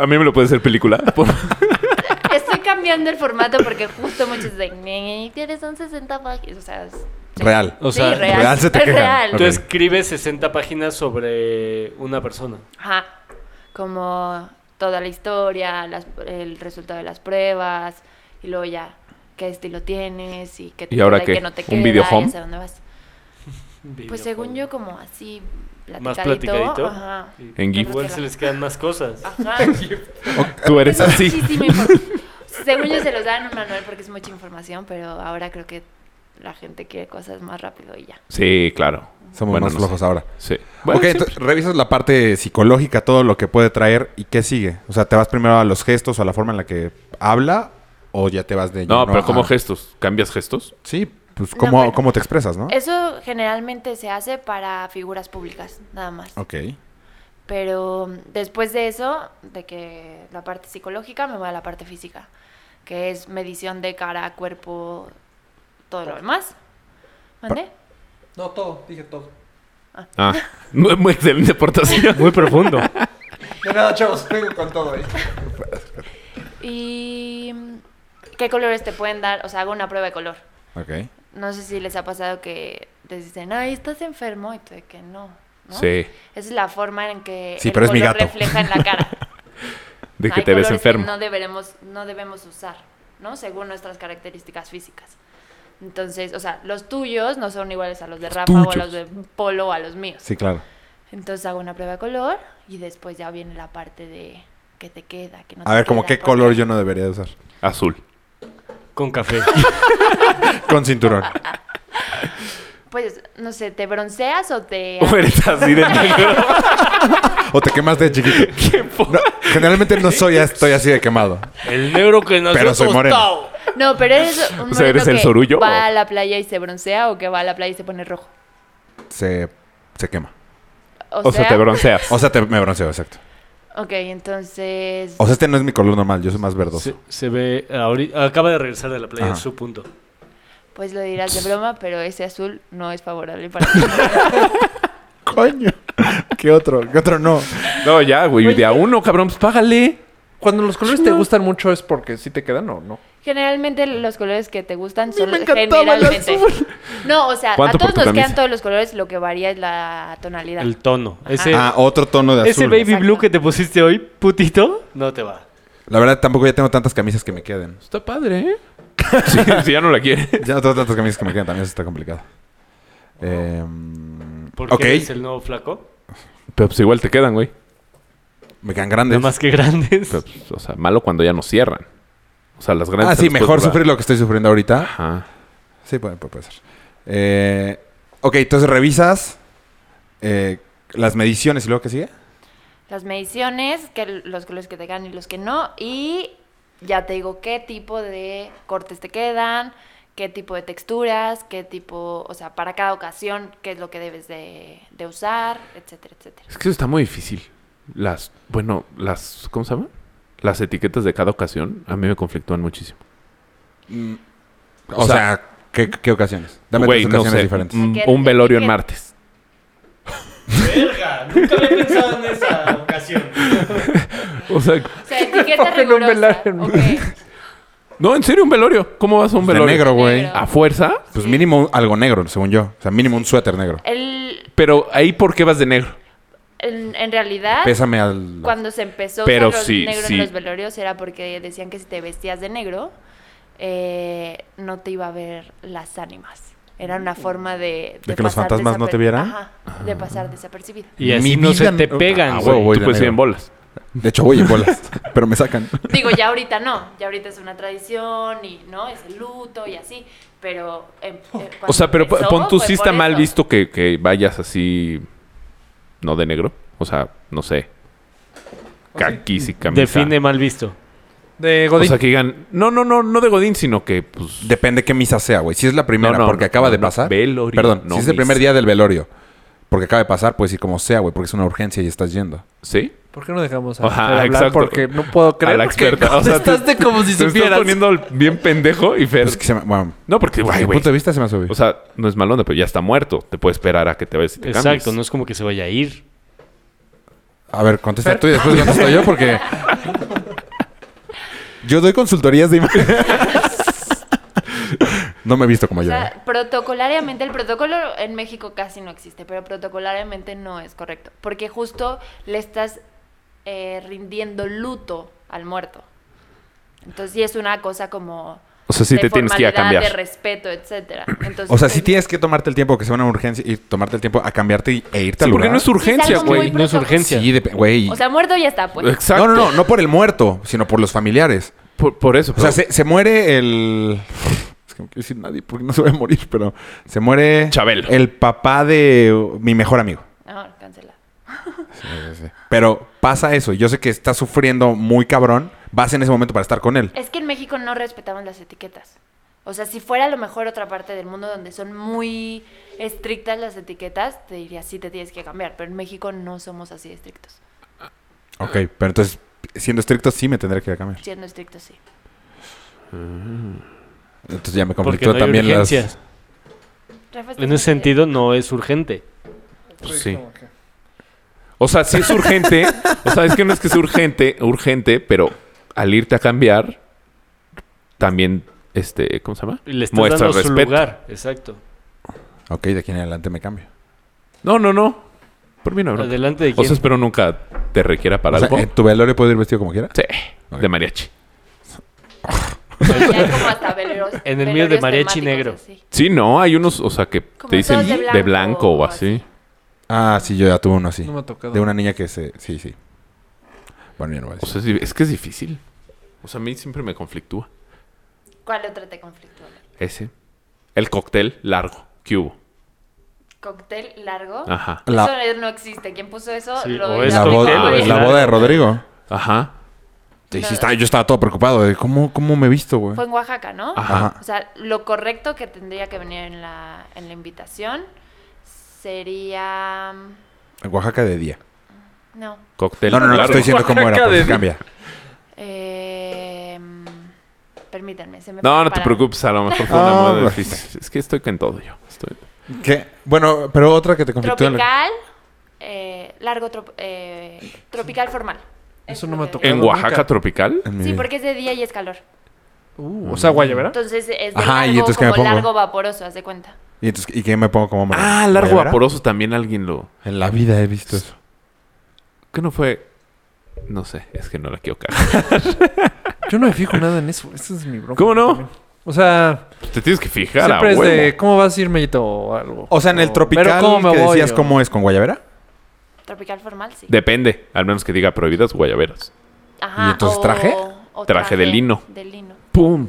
A mí me lo puede hacer película. por-
cambiando el formato porque justo muchos dicen, "Nee, tienes son 60 páginas. O sea, es-
Real.
O
sí,
sea,
real.
real se te
es
quejan.
real.
Tú
Ok.
escribes 60 páginas sobre una persona.
Ajá. Como toda la historia, las- el resultado de las pruebas y luego ya qué estilo tienes y qué te
¿Y ahora
queda
qué?
qué no te
¿Un
queda
video
y
home?
hacia dónde vas. Pues según yo como así platicadito.
Más platicadito.
Ajá.
Y
En GIF.
Igual se les quedan más cosas.
Ajá. Pues
Tú eres
Es
así.
muchísima infor- Según yo se los dan en un manual porque es mucha información, pero ahora creo que la gente quiere cosas más rápido y ya.
Sí, claro.
Somos
Bueno,
más
no
flojos
sé.
ahora.
Sí.
ok, entonces revisas la parte psicológica, todo lo que puede traer y qué sigue. O sea, ¿te vas primero a los gestos o a la forma en la que habla o ya te vas de
No,
lleno
pero ¿cómo
a-
gestos? ¿Cambias gestos?
Sí, pues
No,
¿cómo,
bueno.
cómo te expresas, ¿no?
Eso generalmente se hace para figuras públicas, nada más.
Ok.
Pero mm, después de eso, de que la parte psicológica, me voy a la parte física, que es medición de cara, cuerpo, todo lo demás. ¿Mande?
No, todo, dije todo.
Ah, muy, muy excelente aportación.
Muy profundo.
De nada, chavos, vengo con todo, eh.
Y mm, qué colores te pueden dar, o sea, hago una prueba de color.
Ok.
No sé si les ha pasado que les dicen, ay, estás enfermo, y tú de que no. ¿no?
Sí,
Esa es la forma en que
Sí, pero es mi gato.
refleja en la cara.
de que
Hay
te ves
colores
enfermo.
no deberemos, no debemos usar, ¿no? Según nuestras características físicas. Entonces, o sea, los tuyos no son iguales a los de Rafa o a
tuyos.
los de Polo o a los míos.
Sí, claro.
Entonces hago una prueba de color y después ya viene la parte de qué te queda, que no
A ver, ¿cómo qué color yo no debería de usar?
Azul.
Con café.
Con cinturón.
Pues, no sé, ¿te bronceas o te...?
O eres así de negro.
o te quemas de chiquito. No, generalmente no soy, estoy así de quemado.
El negro que nació
Pero soy moreno.
tostado.
No, pero eres un
O sea, ¿eres
moreno
el
que
sorullo
va
o-
a la playa y se broncea o que va a la playa y se pone rojo.
Se, se quema.
O,
O sea, te bronceas.
O sea, te- me bronceo, exacto.
Ok, entonces...
O sea, este no es mi color normal, yo soy más verdoso.
Se, se ve. ahori- acaba de regresar de la playa,
Ajá.
su punto.
Pues lo dirás de broma, pero ese azul no es favorable para ti.
Coño. ¿Qué otro? ¿Qué otro no?
No, ya, güey. De a uno, cabrón, pues págale.
Cuando los colores te gustan mucho es porque sí te quedan o no.
Generalmente los colores que te gustan
mí
son
me
los-
encantaba el
generalmente. No, o sea, a
¿Cuánto
todos
por
nos
tu camisa?
quedan todos los colores, lo que varía es la tonalidad.
El tono. Ese,
Ah, otro tono de azul.
ese baby
Exacto.
blue que te pusiste hoy, putito, no te va.
La verdad, tampoco ya tengo tantas camisas que me queden.
Está padre, ¿eh? Sí, si ya no la quiere.
Ya no tengo tantas camisas que me queden, también eso está complicado. Em,
Porque
ok,
eres el nuevo flaco.
Pero pues igual te quedan, güey.
me quedan grandes.
Nada más que grandes.
Pero, pues, o sea, malo cuando ya no cierran. O sea, las grandes.
ah,
se
sí,
las puedes
mejor
borrar.
sufrir lo que estoy sufriendo ahorita.
Ajá.
Sí, puede, puede- puede ser. Eh, ok, entonces revisas eh, las mediciones y luego qué sigue.
Las mediciones, que l- los colores que te quedan y los que no. Y ya te digo qué tipo de cortes te quedan, qué tipo de texturas, qué tipo, o sea, para cada ocasión, qué es lo que debes de, de usar, etcétera, etcétera.
Es que eso está muy difícil. Las, bueno, las, ¿cómo se llama? Las etiquetas de cada ocasión a mí me conflictúan muchísimo.
Mm, O,
O
sea,
sea,
¿qué, qué ocasiones? Dame
Güey,
tres
no
ocasiones
sé,
diferentes.
un-
¿Qué
Un velorio en
etiqueta?
martes.
Verga, nunca había pensado en esa ocasión.
O sea,
O sea, etiqueta
ponen un
rigurosa.
velar en-
ok.
no, en serio, un velorio. ¿Cómo vas a un
De
velorio?
negro, güey.
Negro.
A fuerza,
Pues mínimo algo negro, según yo. O sea, mínimo un suéter negro.
El-
pero ahí ¿por qué vas de negro?
en, en realidad...
Pésame al...
Cuando se empezó
Pero
a usar los
sí,
negro
sí.
en los velorios era porque decían que si te vestías de negro eh, no te iba a ver las ánimas. Era una forma de...
¿De que los
pasar
fantasmas no te
desaper-
vieran?
Ajá,
Ah.
de pasar desapercibido.
Y
Mi
así no se
vida
te
no-
pegan,
Ah,
güey.
huevo, voy
Tú
de
puedes ir
negro.
en bolas.
De hecho, voy en bolas, pero me sacan.
Digo, ya ahorita no. Ya ahorita es una tradición y, ¿no? Es el luto y así. Pero... em- eh,
O
cuando
sea, pero
empezó
pon tú
fue
sí
por
está mal
eso.
visto que, que vayas así, no de negro. O sea, no sé.
¿Ah,
Caquis y camisa.
Define mal visto.
De
O
Godín.
sea, que digan, no, no, no, no de Godín, sino que pues...
Depende qué misa sea, güey. Si es la primera,
No, no,
porque
no,
acaba
no,
de
no,
pasar.
velorio,
Perdón,
no
si es el primer
misa.
día del velorio, porque acaba de pasar, pues sí, como sea, güey, porque es una urgencia y estás yendo.
¿Sí?
¿Por qué no dejamos a
Ajá,
Fer hablar?
exacto.
Porque no puedo creer
a la
que
experta. O sea,
contestaste como si
te estás
supieras.
poniendo bien pendejo y Fer...
Pero Pues es que se me. Bueno,
No, porque,
desde
güey,
mi
güey.
punto de vista se me ha subido.
O sea, no es mal onda, pero ya está muerto. Te puede esperar a que te vayas y te cambies.
Exacto, no es como que se vaya a ir.
a ver, contesta tú y después contesto yo, porque. Yo doy consultorías de imagen. no me he visto como
O
yo. ¿eh?
sea, pues, protocolariamente, el protocolo en México casi no existe, pero protocolariamente no es correcto. Porque justo le estás eh, rindiendo luto al muerto. Entonces, sí es una cosa como.
O sea, sí
de
te tienes que ir a
formalidad, De
cambiar.
respeto, etcétera. Entonces,
O sea,
pues,
sí tienes que tomarte el tiempo que sea una urgencia y tomarte el tiempo a cambiarte y- e irte al
porque
lugar.
no es
Sí, es
urgencia,
algo muy
güey.
No es
pronto.
urgencia.
Sí, dep- güey.
O sea, muerto ya está, pues.
Exacto.
No, no, no, no por el muerto, sino por los familiares.
Por, por eso.
O sea,
pero-
se, se muere el. Es que no quiero decir nadie porque no se va a morir, pero se muere.
Chabelo.
El papá de uh, mi mejor amigo.
No, cancela.
Pero pasa eso. y Yo sé que está sufriendo muy cabrón. Vas en ese momento para estar con él.
Eh,
Es que en México no respetaban las etiquetas. O sea, si fuera a lo mejor otra parte del mundo donde son muy estrictas las etiquetas, te diría, sí, te tienes que cambiar. Pero en México no somos así de estrictos.
Ok, pero entonces, siendo estricto, sí me tendré que ir a cambiar.
Siendo estrictos, sí.
Entonces ya me
Porque
complicó
no hay
también las.
urgencias.
Rafa, ¿estás
En ese
bien?
sentido, no es urgente.
Sí. O sea, sí es urgente. o sea, es que no es que sea urgente, urgente, pero al irte a cambiar, también, este, ¿cómo se llama?
Le estás
Muestra
dando su
respeto.
lugar. Exacto.
Ok, de aquí en adelante me cambio.
No, no, no. Por mí no. no.
Adelante de
O
quién.
sea, espero nunca te requiera para
O sea,
algo.
¿en ¿Tu velorio puedo ir vestido como quiera?
Sí,
Ok.
de mariachi.
Sí, hay como hasta veleros-
En el mío
velorios
de mariachi
temáticos
negro.
así.
Sí, no, hay unos, o sea, que
Como
te dicen
todos
de
de
blanco,
blanco
o
o
así.
Ah, sí, yo ya tuve uno así.
No me ha tocado.
De una niña que se. Sí, sí. Bueno, ya no voy a
O
decir.
sea, es, di- es que es difícil. O sea, a mí siempre me conflictúa.
¿Cuál otro te conflictúa?
Ese. El cóctel largo. ¿Qué hubo?
¿Cóctel largo?
Ajá.
La-
Eso no existe. ¿Quién puso eso?
Sí,
Lo
o
de
es
la,
Esto,
boda-
cóctel,
o es
la
largo.
boda de Rodrigo.
Ajá.
Sí,
No.
sí, estaba- yo estaba todo preocupado de cómo, cómo me he visto, güey.
Fue en Oaxaca, ¿no?
Ajá.
O sea, lo correcto que tendría que venir en la, en la invitación sería...
En Oaxaca de día.
No.
Cóctel
No, no, no, te
largo.
estoy diciendo cómo era, porque cambia.
Eh, permítanme, se me
No,
fue
no te
para-
preocupes, a lo mejor fue una
Ah,
moda
bueno.
difícil. Es que estoy con todo yo. Estoy...
¿Qué? Bueno, pero otra que te conflictúa. en la-
Tropical, eh, largo, trop- eh, tropical formal.
Eso
Es
no
lo
me
que-
ha
¿En
Nunca.
Oaxaca tropical?
en mi
Sí,
vida.
porque es de día y es calor.
Uh, o sea, guayabera.
Entonces es de
Ajá, ¿y
largo,
entonces qué me
como
pongo?
largo vaporoso, haz de cuenta.
¿Y, entonces, ¿Y qué me pongo como hombre?
Ah, largo
¿Guayabera?
vaporoso también alguien lo...
En la vida he visto eso.
¿Qué no fue? No sé, es que no la quiero cagar.
Yo no me fijo nada en eso. Esa es mi broma.
¿Cómo no?
O sea,
Te tienes que fijar, a
siempre es de
huevo.
cómo vas a ir, Mellito, o algo.
O sea, en
Oh.
el
O,
tropical
pero ¿cómo me
que
voy,
decías
o-
cómo es con guayabera.
Tropical formal, sí.
Depende, al menos que diga prohibidas guayaberas.
Ajá,
¿Y entonces traje?
o
Traje de lino.
De lino.
¡Pum!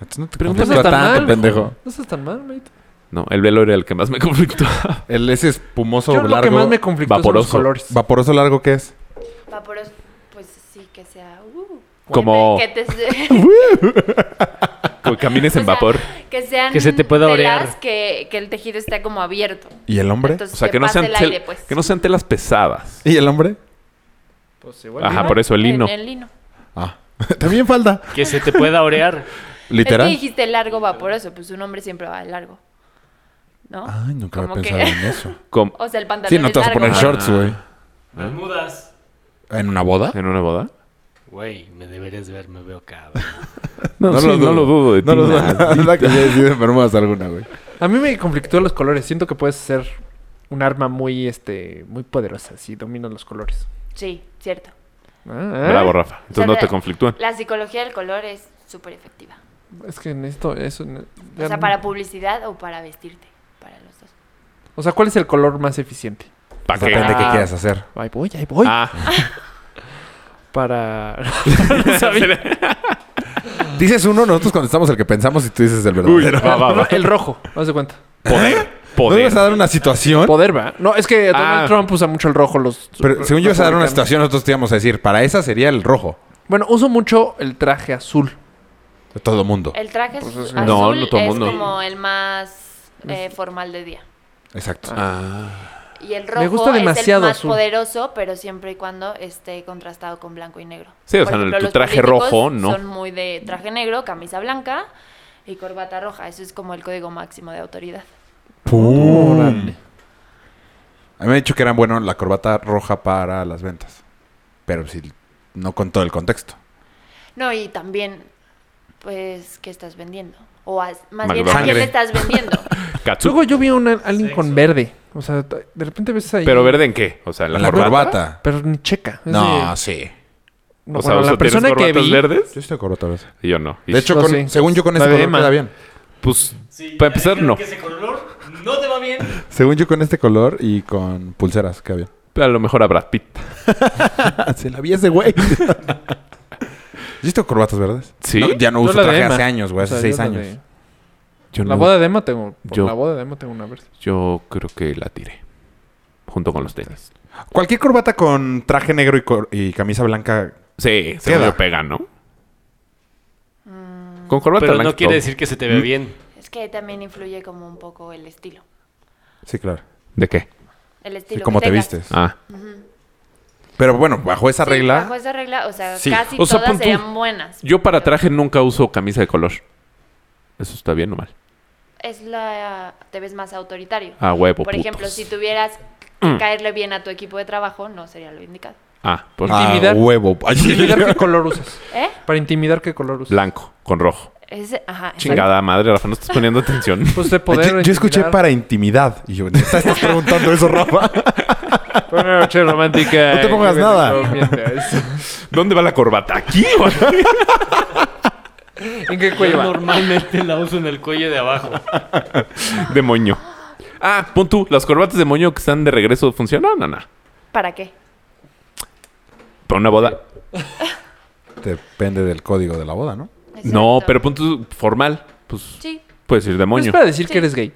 Entonces no te
Pero no
conflictúa
estás tan
tanto,
mal.
este pendejo.
No estás tan mal, Mellito.
No, el velo era el que más me conflictó.
El ese espumoso
Yo
largo.
lo que más me conflictó son los
vaporoso.
colores.
¿Vaporoso largo qué es?
Vaporoso, pues sí, que sea... uh,
Como-
Que te- que te-
Como camines en
O sea,
vapor.
que sean
Que se te pueda
telas
orear.
Que, que el tejido esté como abierto.
¿Y el hombre?
Entonces,
O sea, que no,
pase
sean
el
tel-
aire, pues.
que no sean telas pesadas.
¿Y el hombre?
Pues igual.
Ajá, por eso el lino.
En el lino.
Ah. También falda.
Que se te pueda orear.
¿Literal?
Es que dijiste largo vaporoso, pues un hombre siempre va de largo. ¿No?
Ay, nunca había
Como
pensado
que-
en eso.
Como-
O sea, el pantalón
Sí, no
es
te vas a
largo.
poner shorts,
Ah.
güey.
Bermudas.
¿En una boda?
¿En una boda?
Güey, me deberías ver, me veo cabrón.
No, sí, no lo dudo de
No
ti,
lo dudo.
nada.
Nada que haya sido en Bermudas alguna, güey.
A mí me conflictó los colores. Siento que puedes ser un arma muy, este, muy poderosa si dominas los colores.
Sí, cierto.
Ah, ah.
Bravo, Rafa. Entonces
O sea,
no te
la-
conflictúan.
La psicología del color es súper efectiva.
ah. Es que en esto, eso. no- ya
O sea,
no-
para publicidad o para vestirte. Para los dos.
O sea, ¿cuál es el color más eficiente?
¿Para qué?
Depende de qué
Ah.
quieras hacer.
Ahí voy, ahí voy.
Ah,
Para.
Dices uno, nosotros contestamos el que pensamos y tú dices el
uy,
verdadero.
va, va, va.
el rojo, haz de cuenta.
Poder.
¿No
Poder.
ibas a dar una situación?
Poder, ¿verdad? No, es que
Ah.
Donald Trump usa mucho el rojo. Los,
Pero según yo
los
ibas a dar una
americanos.
situación, nosotros te íbamos a decir, para esa sería el rojo.
Bueno, uso mucho el traje azul.
De todo mundo.
El traje es-
Pues es-
azul
No, no todo
es
mundo.
como el más eh, formal de día.
Exacto.
Ah,
Y el rojo
Me gusta demasiado
es el más
azul.
poderoso, pero siempre y cuando esté contrastado con blanco y negro.
Sí, o
Por
sea, en el- tu
los
traje
políticos
rojo, no.
Son muy de traje negro, camisa blanca y corbata roja. Eso es como el código máximo de autoridad.
¡Pum!
Órale.
A mí me han dicho que era bueno la corbata roja para las ventas. Pero si no con todo el contexto.
No, y también, pues, ¿qué estás vendiendo? O a- más bien, ¿a
McDonald's.
quién le estás vendiendo?
Katsu.
Luego yo vi a un- alguien con
Sexo.
verde. O sea, t- de repente ves ahí.
¿Pero verde en qué? O sea, en la,
La
corbata.
corbata.
Pero ni checa. Es
No,
de-
sí.
no,
o sea,
bueno,
¿uso-
la
tienes
persona que
corbatas
vi.
verdes?
Yo estoy corbata. ¿ves?
Y Yo no. Y-
De hecho,
No,
con-
sí.
según yo con
La
ese
de
color
Emma.
queda bien.
pues, para empezar, no.
ese color no te va bien.
Según yo con este color y con pulseras queda bien.
A lo mejor a Brad Pitt.
Se la vi ese güey. yo estoy corbatas verdes.
¿Sí?
No, ya no
Yo
uso
la de
traje
Emma.
hace años, güey.
O
Hace
sea,
seis
yo la
años.
de-
Yo,
La
no-
boda de Emma tengo. por
Yo-
La boda de Emma tengo una verde.
yo creo que la tiré. Junto con los tenis.
Cualquier corbata con traje negro y, cor- y camisa blanca.
Sí, se
Queda.
me pega, ¿no? Con corbata
Pero no
blanca,
quiere
todo.
decir que se te
Mm.
vea bien.
Es que también influye como un poco el estilo.
Sí, claro.
¿De qué?
El estilo
Y
que
cómo te
tengas.
vistes.
Ah.
Pero bueno, bajo esa
Sí,
regla.
bajo esa regla, o sea,
Sí.
casi
O sea, pon
todas
tú-
serían buenas.
Yo para
pero
traje nunca uso camisa de color. ¿Eso está bien o mal?
Es la... te ves más autoritario.
A Ah, huevo,
Por ejemplo,
putos. Mm.
si tuvieras que caerle bien a tu equipo de trabajo, no sería lo indicado.
Ah, pues
Ah,
Intimidar.
huevo.
¿Intimidar qué color usas?
¿Eh?
Para intimidar qué color usas.
blanco con rojo.
Es... Ajá.
Chingada madre, Rafa, no estás poniendo atención.
Pues de
Yo-
poder.
yo, escuché
intimidar.
para intimidad. Y yo, ¿neta estás preguntando eso, Rafa?
Buenas noches, romántica.
No te pongas nada.
No mientas.
¿Dónde va la corbata? ¿Aquí o aquí?
¿En qué cuello
Yo
va?
normalmente la uso en el cuello de abajo.
De moño. Ah, pon tú, las corbatas de moño que están de regreso funcionan, no, no.
¿Para qué?
Para una boda.
Depende del código de la boda, ¿no?
No,
Exacto.
pero pon tú formal. Pues
Sí.
puedes ir de
No Es
moño.
para decir que
Sí.
eres gay.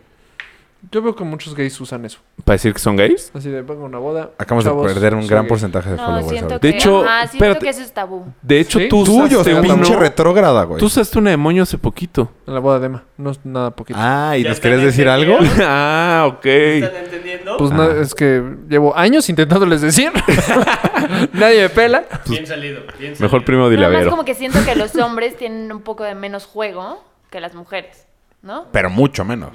Yo veo que muchos gays usan eso.
Para decir que son gays.
Así de, vengo a una boda.
Acabamos
chavos,
de perder un
soy
gran
gay.
porcentaje de
No,
followers.
siento
ahorita.
que...
De hecho,
Ajá, siento
espérate.
que eso es tabú.
De hecho,
¿Sí?
tú
Tuyo,
usaste
de
una-
pinche retrógrada, güey.
Tú usaste una de moño hace poquito.
En la boda de Emma. No es nada poquito.
Ah, ¿y
¿Ya
nos
están
querías decir algo?
entendiendo?
ah, ok.
¿Están entendiendo?
Pues nada, es que llevo años intentándoles decir. Nadie me pela.
pues,
bien salido. Bien salido.
Mejor primo
Nada más
dilavero.
como que siento que los hombres tienen un poco de menos juego que las mujeres, ¿no?
Pero mucho menos.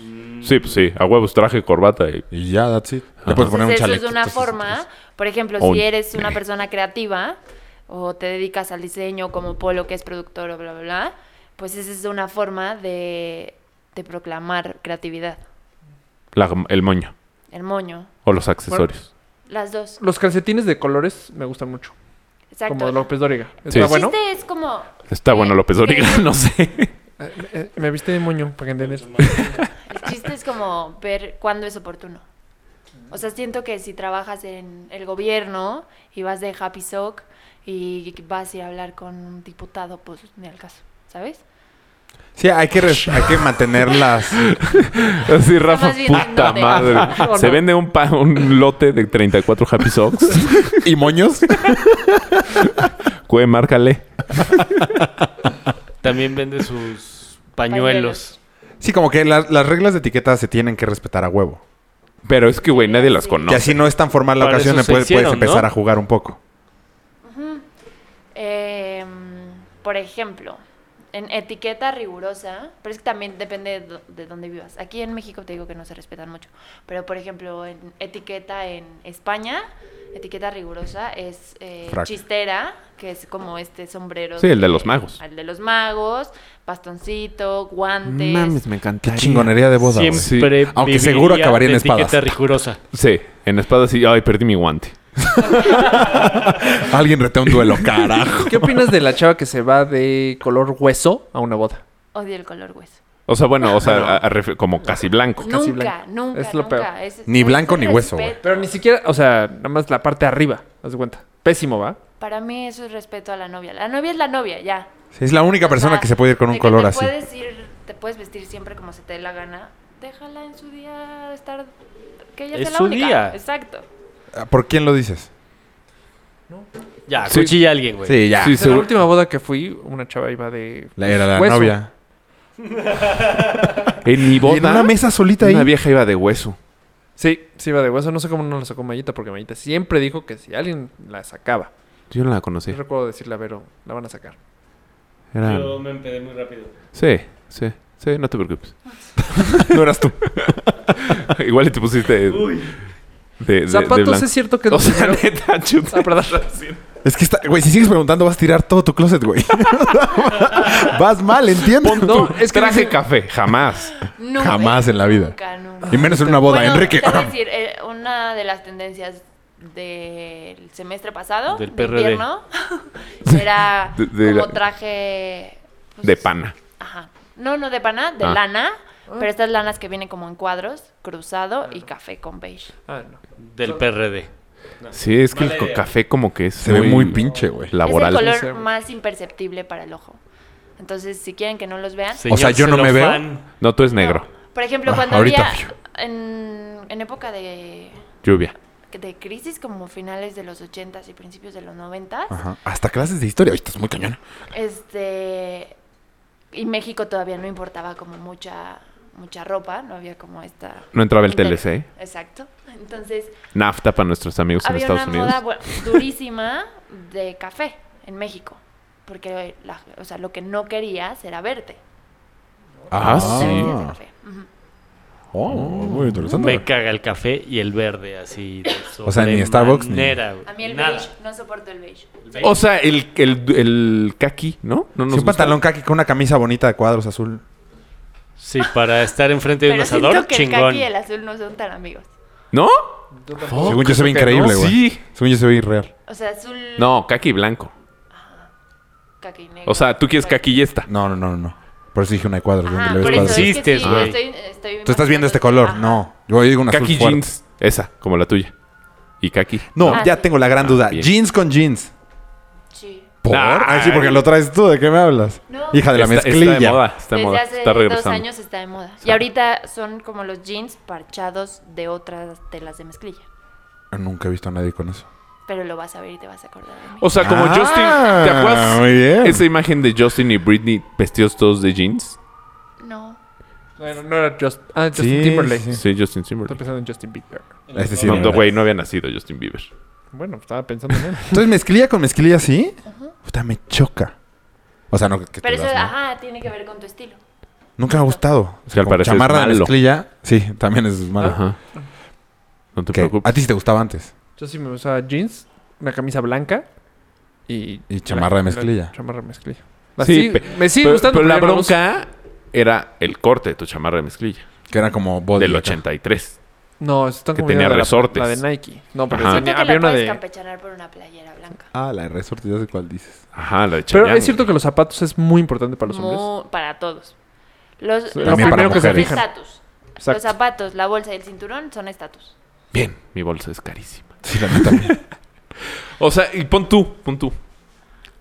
Sí, pues sí. A huevos traje, corbata y
Y ya, that's it.
Ajá.
Ya puedes poner un
Entonces,
chaleco.
eso
pues,
es una forma. Por ejemplo,
O un-
si eres una
eh.
persona creativa o te dedicas al diseño como Polo, que es productor o bla, bla, bla, pues esa es una forma de, de proclamar creatividad.
la- el moño.
El moño,
O los accesorios.
las dos.
Los calcetines de colores me gustan mucho.
Exacto.
Como López Dóriga.
Sí.
Está
El
bueno.
chiste es como...
Está bueno López Origa, no sé.
Eh, eh, me viste de moño, para que entender.
El chiste es como ver cuándo es oportuno. O sea, siento que si trabajas en el gobierno y vas de Happy Sock y vas a ir a hablar con un diputado, pues ni al caso, ¿sabes?
Sí, hay que, res- hay que mantener las...
Así, Rafa,
más bien
puta
no de-
madre.
No,
Se
no.
vende un, pa- un lote de 34 Happy Socks.
¿Y moños?
Güey, márcale.
También vende sus pañuelos.
Sí, como que las- las reglas de etiqueta se tienen que respetar a huevo.
Pero es que, güey, nadie las
Sí.
y
conoce.
así no es tan formal la
Para
ocasión,
eso
le
se
puedes, puedes
hicieron,
empezar
¿no?
a jugar un poco.
Eh, por ejemplo, en etiqueta rigurosa, pero es que también depende de, dó- de dónde vivas. Aquí en México te digo que no se respetan mucho, pero por ejemplo, en etiqueta en España, etiqueta rigurosa es eh,
Frac.
chistera, que es como este sombrero.
Sí, el de los magos.
El de los magos, bastoncito, guantes.
me encanta.
Chingonería de boda, güey.
Siempre.
Sí. Aunque
viviría
seguro acabaría en
de
espadas.
Etiqueta rigurosa.
Sí, en espadas sí. Ay, perdí mi guante.
Alguien retea un duelo, carajo.
¿Qué opinas de la chava que se va de color hueso a una boda?
Odio el color hueso.
O sea, bueno, o sea, a- a ref- como Oh, casi blanco.
Casi
Nunca,
blanco.
nunca,
Es lo
nunca.
peor.
Es-
Ni
es
blanco
un
ni hueso, güey.
respeto.
Pero ni siquiera, o sea, nada más la parte de arriba, haz de cuenta. Pésimo, ¿va?
Para mí eso es respeto a la novia. La novia es la novia, ya.
Sí, es la única persona
Ajá,
que se puede ir con
Ah, de
un
que
color
te
así.
Puedes ir, te puedes vestir siempre como se te dé la gana. Déjala en su día estar. Que ella
Es
sea la
su
única.
día.
Exacto.
¿Por quién lo dices?
Ya,
Sí.
cuchilla a alguien, güey.
Sí, ya.
Sí,
O sea, la
seguro.
última boda que fui, una chava iba de
La, era la
Hueso.
novia.
En mi boda,
Y en una mesa solita ahí.
una vieja iba de hueso.
Sí, sí iba de hueso. No sé cómo no la sacó Mayita, porque Mayita siempre dijo que si alguien la sacaba.
Yo no la
No
conocí.
recuerdo decirle a Vero, la van a sacar.
Era-
me empedé muy rápido.
Sí, sí, sí, no te preocupes.
No eras tú.
Igual y te pusiste de, de, de
Zapatos
blanco.
es cierto que...
O sea, neta,
Ah,
chuta.
perdón.
Es que está, güey, si sigues preguntando vas a tirar todo tu closet, güey. vas mal, entiendo.
No, es traje café, jamás.
Nunca,
Jamás en la vida.
Nunca, nunca.
Y menos en una boda,
Bueno,
Enrique.
te voy a decir, eh, una de las tendencias del semestre pasado,
Del
de
PRD.
invierno, era
De- de
como
la-
traje... pues,
De pana.
Ajá. No, no de pana, de
Ah.
lana. Pero estas lanas que vienen como en cuadros, cruzado y café con beige.
Ah, no.
Del PRD.
Sí, es que
Mala
el co-
idea.
café como que es
Se ve muy pinche, güey.
Laboral.
Es el
Sí,
color
sí.
más imperceptible para el ojo. Entonces, si quieren que no los vean,
O sea, yo no me veo.
celofán.
No, tú eres negro.
Por ejemplo,
Ah,
cuando
ahorita.
había en, en época de,
Lluvia.
de crisis, como finales de los 80s y principios de los 90s,
Ajá. Hasta clases de historia. Oye, estás muy cañón.
este y México todavía no importaba como mucha mucha ropa, no había como esta
No entraba el
Inter-
TLC.
Exacto. Entonces,
Nafta para nuestros amigos en
había
Estados
una
Unidos.
moda bu- durísima de café en México, porque la- o sea, lo que no querías era verte.
Ah,
Te
sí.
vestías de café. Ujú.
Oh, muy interesante.
Me caga el café y el verde, así. de
O sea, ni Starbucks, ni-
sobremanera, güey.
A mí el
Nada.
beige, no soporto el beige.
El beige.
O sea, el, el, el kaki, ¿no? No
Sí,
nos
un
gusta.
pantalón kaki con una camisa bonita de cuadros azul.
Sí, para estar enfrente de un
Pero siento
asador,
que el
chingón.
caqui y el azul no son tan amigos.
¿No?
Según yo se ve
creo que
increíble,
no.
güey.
Sí.
Según yo se ve irreal.
O sea, azul,
No, kaki blanco.
caqui negro.
O sea, tú quieres
Bueno.
kaki y esta.
No, no, no, no, no. Por eso dije una de cuadros.
Ajá,
donde le
por
ves
eso
cuadros.
es que sí,
Existes, güey.
estoy- estoy
Tú estás viendo
imaginando-
este color.
Ajá.
No. Yo digo una azul
Kaki
fuerte.
jeans. Esa, como la tuya. Y kaki.
No,
Ah,
ya
sí.
tengo la gran
Ah,
duda.
bien.
Jeans con jeans.
Sí.
¿Por? Ah, sí,
Ay.
porque lo traes tú. ¿De qué me hablas?
No.
Hija de la
Está-
mezclilla.
Está de moda. Está de
Desde
moda.
hace
Está
dos
regresando.
años está de moda. Y ahorita son como los jeans parchados de otras telas de mezclilla.
Ah, Nunca he visto a nadie con eso.
Pero lo vas a ver y te vas a acordar de mí.
O sea, como
Ah,
Justin. ¿Te acuerdas?
muy bien.
Esa imagen de Justin y Britney vestidos todos de jeans.
No.
Bueno, no era Just, ah, Justin
Sí,
Timberlake.
sí.
Sí, Justin
Estoy
Timberlake.
pensando en Justin Bieber.
Este sí,
No,
no,
no, güey, no había nacido Justin Bieber.
Bueno, estaba pensando en él.
Entonces, mezclilla con mezclilla, sí. Puta, me choca. O sea, no que te
Pero eso,
das, ¿no?
ajá, tiene que ver con tu estilo.
Nunca me ha gustado.
que al
como
parecer es
chamarra de
malo.
mezclilla, sí, también es malo.
Ajá. No te
Que
preocupes.
a ti sí te gustaba antes.
Yo sí me usaba jeans, una camisa blanca y...
Y chamarra de
la-
mezclilla.
la Chamarra de mezclilla.
Sí,
Sí,
pe-
me sigue
pero,
gustando.
pero la
ya no la uso.
bronca era el corte de tu chamarra de mezclilla.
Que era como body.
del 83.
No, están
que
como
tenía
la de la-
resortes.
La, de Nike. No, pero
Ajá.
tenía-
Siento que
había
la
una
puedes
de...
campechanar por una playera blanca.
Ah, la de resorte, ya sé cuál dices.
Ajá, la de
Pero
Chayanne.
es cierto que los zapatos es muy importante para los hombres.
Mu- Para todos. Los,
Sí,
los
también
para
zapatos son
mujeres.
estatus.
Exacto.
Los zapatos, la bolsa y el cinturón son estatus.
Bien, mi bolsa es carísima.
Sí, la neta.
O sea, y pon tú, pon tú.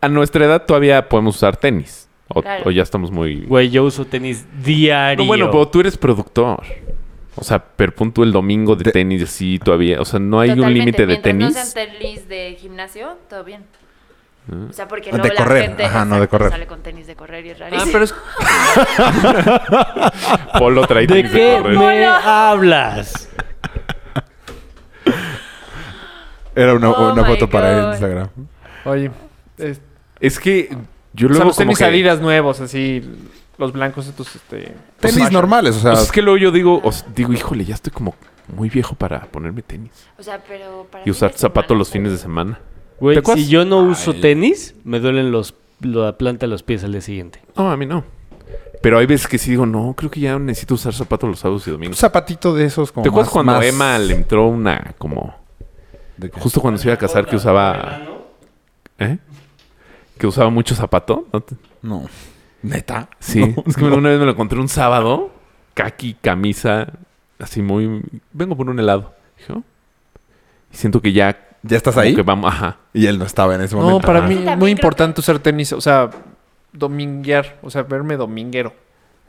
A nuestra edad todavía podemos usar tenis. O,
Claro.
o ya estamos muy...
Güey, yo uso tenis diario.
No, bueno, pero tú eres productor. O sea, pero pon tú el domingo de,
De-
tenis así todavía. O sea, no hay un
Totalmente,
límite de
mientras
tenis. Ah.
No sean tenis de gimnasio, todo bien. O sea, porque
De
luego la
correr,
gente
ajá, no, de
exacto,
correr.
sale con tenis de correr y es
Ah,
rarísimo.
pero es...
Polo trae
¿De
tenis de
qué
correr.
me hablas?
Era una,
Oh
una
my
foto para
God.
Instagram.
Oye, es-
Es que yo
o sea,
luego como
los tenis
que...
Adidas nuevos, así... Los blancos estos, este...
Pues
Tenis
fashion.
normales, o sea.
o sea, es que luego yo digo, o sea, digo, híjole, ya estoy como muy viejo para ponerme tenis.
O sea, pero para
Y usar
fines de
zapatos
semana,
los fines de
pues,
semana.
Güey,
¿Te acuerdas?
si yo no uso tenis, me duelen los, la planta de los pies al día siguiente.
No, a mí no. Pero hay veces que sí digo, no, creo que ya necesito usar zapatos los sábados y
Un
domingos.
zapatito de esos Pues, como.
¿Te acuerdas
más-
cuando
más-
Emma le entró una como...
de-
Justo cuando se iba a casar que usaba... ¿Eh? Que usaba mucho zapato. ¿no? te-
No. Neta.
Sí.
No,
es que
no.
una vez me lo encontré un sábado. Kaki, camisa. Así muy... Vengo por un helado. Dije, "Oh". Y siento que ya...
¿Ya estás
como
ahí?
Que vamos... Ajá.
Y él no estaba en ese
No,
momento.
para
Ajá.
mí
Sí, también
muy
creo
importante usar tenis, o sea, dominguear, o sea, verme dominguero.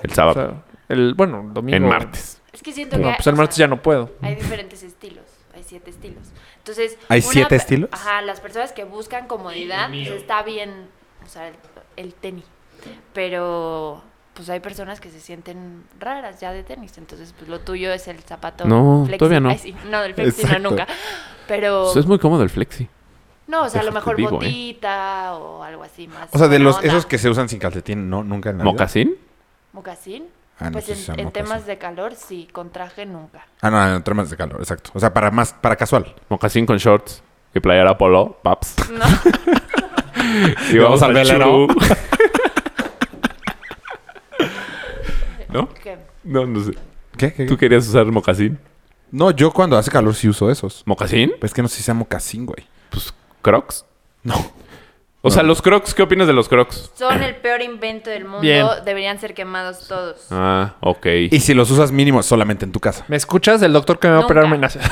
El
O
sábado.
sea, el, bueno, domingo.
en martes.
Es que siento
No,
que
pues el
o
martes
sea,
ya no puedo.
hay diferentes estilos, hay siete estilos. Entonces,
¿Hay
una
siete
pe-
estilos?
Ajá, las personas que buscan comodidad, pues está bien usar el, el tenis. Pero pues hay personas que se sienten raras ya de tenis, entonces pues lo tuyo es el zapato
No,
flexi.
todavía no.
Ay, sí, No, el flexi no
Exacto.
nunca. Pero
Eso es muy cómodo el flexi.
no, o sea, a lo
Déjate
mejor
vivo, eh.
botita o algo así más.
O sea, de
buena
los
pues, onda.
esos que se usan sin calcetín, no, nunca en la vida?
¿Mocasín?
mocasín,
Ah, no
pues
sé
en-
si sea
en
mocasín.
temas de calor sí, con traje nunca.
Ah, no, no, en temas de calor, exacto. O sea, para más, para casual.
Mocasín con shorts. y playera polo, paps.
No.
Y vamos al velero. ¿No?
¿Qué?
No, no sé.
¿Qué? ¿Qué?
¿Tú querías usar mocasín?
No, yo cuando hace calor sí uso esos.
¿Mocasín?
Pues es que no sé si sea mocasín, güey.
Pues crocs.
No.
O sea, los crocs, ¿qué opinas de los crocs?
Son el peor invento del mundo. Deberían ser quemados todos.
Ah, ok.
Y si los usas mínimo, solamente en tu casa.
¿Me escuchas? El doctor que me va a operar me
Nunca.
nace.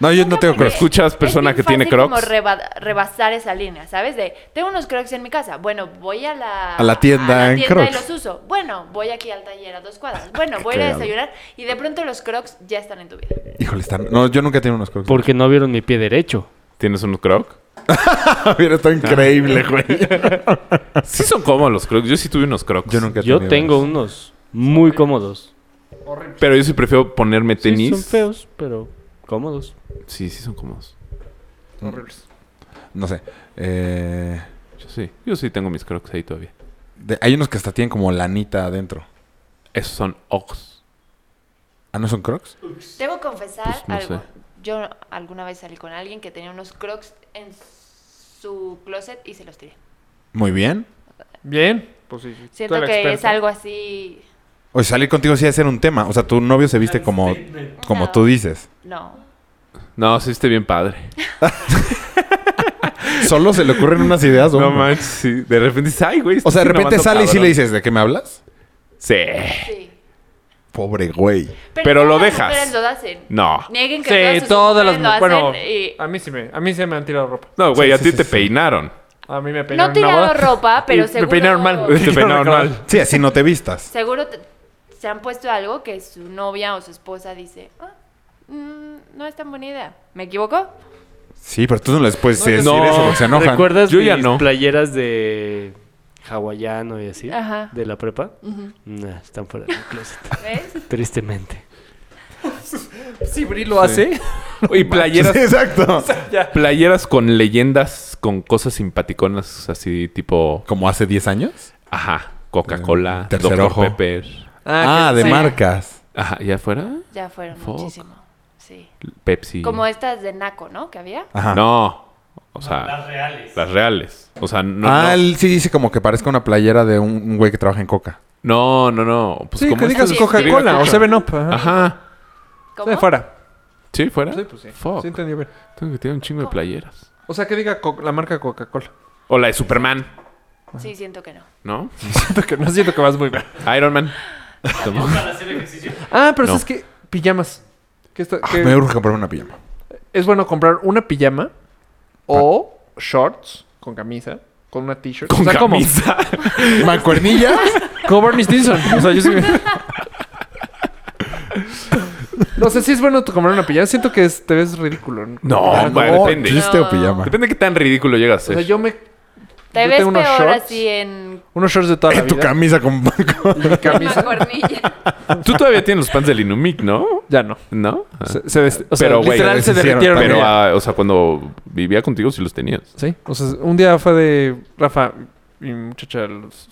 No, yo no tengo
Porque
crocs.
escucha- Escuchas
es
persona
bien
que tiene
fácil como
Crocs.
reba- rebasar esa línea, ¿sabes? De, tengo unos crocs en mi casa. Bueno, voy a la...
A la tienda
a la
en
tienda
Crocs.
y los uso. Bueno, voy aquí al taller a dos cuadras. Bueno, voy a ir a
cagado.
desayunar. Y de pronto los crocs ya están en tu vida.
Híjole, están... No, yo nunca he tenido unos crocs.
Porque no vieron mi pie derecho.
¿Tienes unos crocs?
Mira, está increíble, güey.
Sí son cómodos los crocs. Yo sí tuve unos crocs.
Yo nunca he
Yo
tenido
tengo unos
unos.
muy cómodos.
Pero yo sí prefiero ponerme
Sí,
tenis.
son feos, pero cómodos.
Sí, sí son cómodos.
No sé. Eh,
Yo sí. Yo sí tengo mis crocs ahí todavía.
de- Hay unos que hasta tienen como lanita adentro.
Esos son Ox.
Ah, ¿no son crocs?
Debo confesar
Pues, no
algo.
sé.
Yo alguna vez salí con alguien que tenía unos crocs en su closet y se los tiré.
Muy bien.
Bien. Pues sí, sí, tú
Siento
eres
que
experta.
es algo así...
Oye, salir contigo sí debe ser un tema. O sea, tu novio se viste como, como tú dices.
No.
No, sí esté bien padre.
Solo se le ocurren unas ideas,
No
hombre.
manches, sí. De repente dices, ay, güey.
O sea, de
este
repente
novato
sale y sí
cabrón".
le dices, ¿de qué me hablas?
Sí.
Sí.
Pobre güey.
Pero lo
todas las
dejas.
mujeres lo hacen.
No.
Nieguen que todas
Sí,
sus
todas
mujeres
las...
lo hacen
bueno,
y-
a mí sí me... A mí sí me han tirado ropa.
No, güey,
Sí,
a
sí,
ti
sí,
te
sí.
peinaron.
A mí me peinaron
No
una
tirado
boda.
ropa, pero
Y
seguro...
Me peinaron mal.
Te peinaron mal.
Sí, así no te vistas.
Seguro te- se han puesto algo que su novia o su esposa dice, "Ah, mm, no es tan buena idea. ¿Me equivoco?
Sí, pero tú no les puedes decir
no.
eso porque se enojan.
¿Recuerdas
Yo
mis
ya no.
playeras de hawaiano y así?
Ajá.
De la prepa. Nah, están fuera del closet.
¿Ves?
Tristemente.
Si Bri lo hace...
Y playeras,
Sí, exacto.
playeras con leyendas, con cosas simpaticonas, así tipo,
Como hace 10 años.
ajá, Coca-Cola,
Eh, tercer
Dr.
ojo.
Pepper.
Ah, de
sí.
marcas.
Ajá, ¿y afuera?
Ya fueron
Fuck.
muchísimo. Sí.
Pepsi.
Como estas de Naco, ¿no? Que había.
Ajá.
No, o sea, las reales. Las reales. O sea, no,
ah,
no,
él sí dice como que parezca una playera de un un güey que trabaja en Coca.
no, no, no. Pues
este, sí,
como
que digas
estas-
Coca-Cola o 7-Up. Ajá.
Ajá.
¿Cómo?
De fuera.
Sí, fuera.
Sí, pues sí.
Fuck.
Sí, entendí bien.
Tengo que tirar un chingo de playeras.
O sea, que diga co- la marca Coca-Cola.
O la de Superman,
Sí, siento que no.
¿no?
Siento que no siento que vas muy bien.
Iron Man.
Ah, pero
No.
es que pijamas. Que esto-
Ah,
que
me urge comprar una pijama.
es bueno comprar una pijama o shorts con camisa, con una t-shirt.
Con
o sea, como
camisa.
¿Mancuernillas?
Como Barney Stinson. O sea, yo sí me- No sé si es bueno tu- comprar una pijama. Siento que es- te ves ridículo.
No,
Ah,
hombre, Oh, depende.
Yo sí tengo
No.
pijama.
Depende de qué tan ridículo llegas ¿eh? a
O
ser.
sea, yo me...
Te
yo
ves
tengo unos
peor
shorts.
así en
Unos shorts de toda la
En tu
vida.
camisa con banco.
Y mi
una
camisa.
cuernilla.
Tú todavía tienes los pants del Inumic, ¿no?
Ya no.
¿No? Ah.
Se, se des- o sea,
Pero, güey,
literal
se
se
deshicieron
derritieron.
Pero,
güey.
ah, o sea, cuando vivía contigo sí los tenías.
Sí, o sea, un día fue de Rafa y mi muchacha los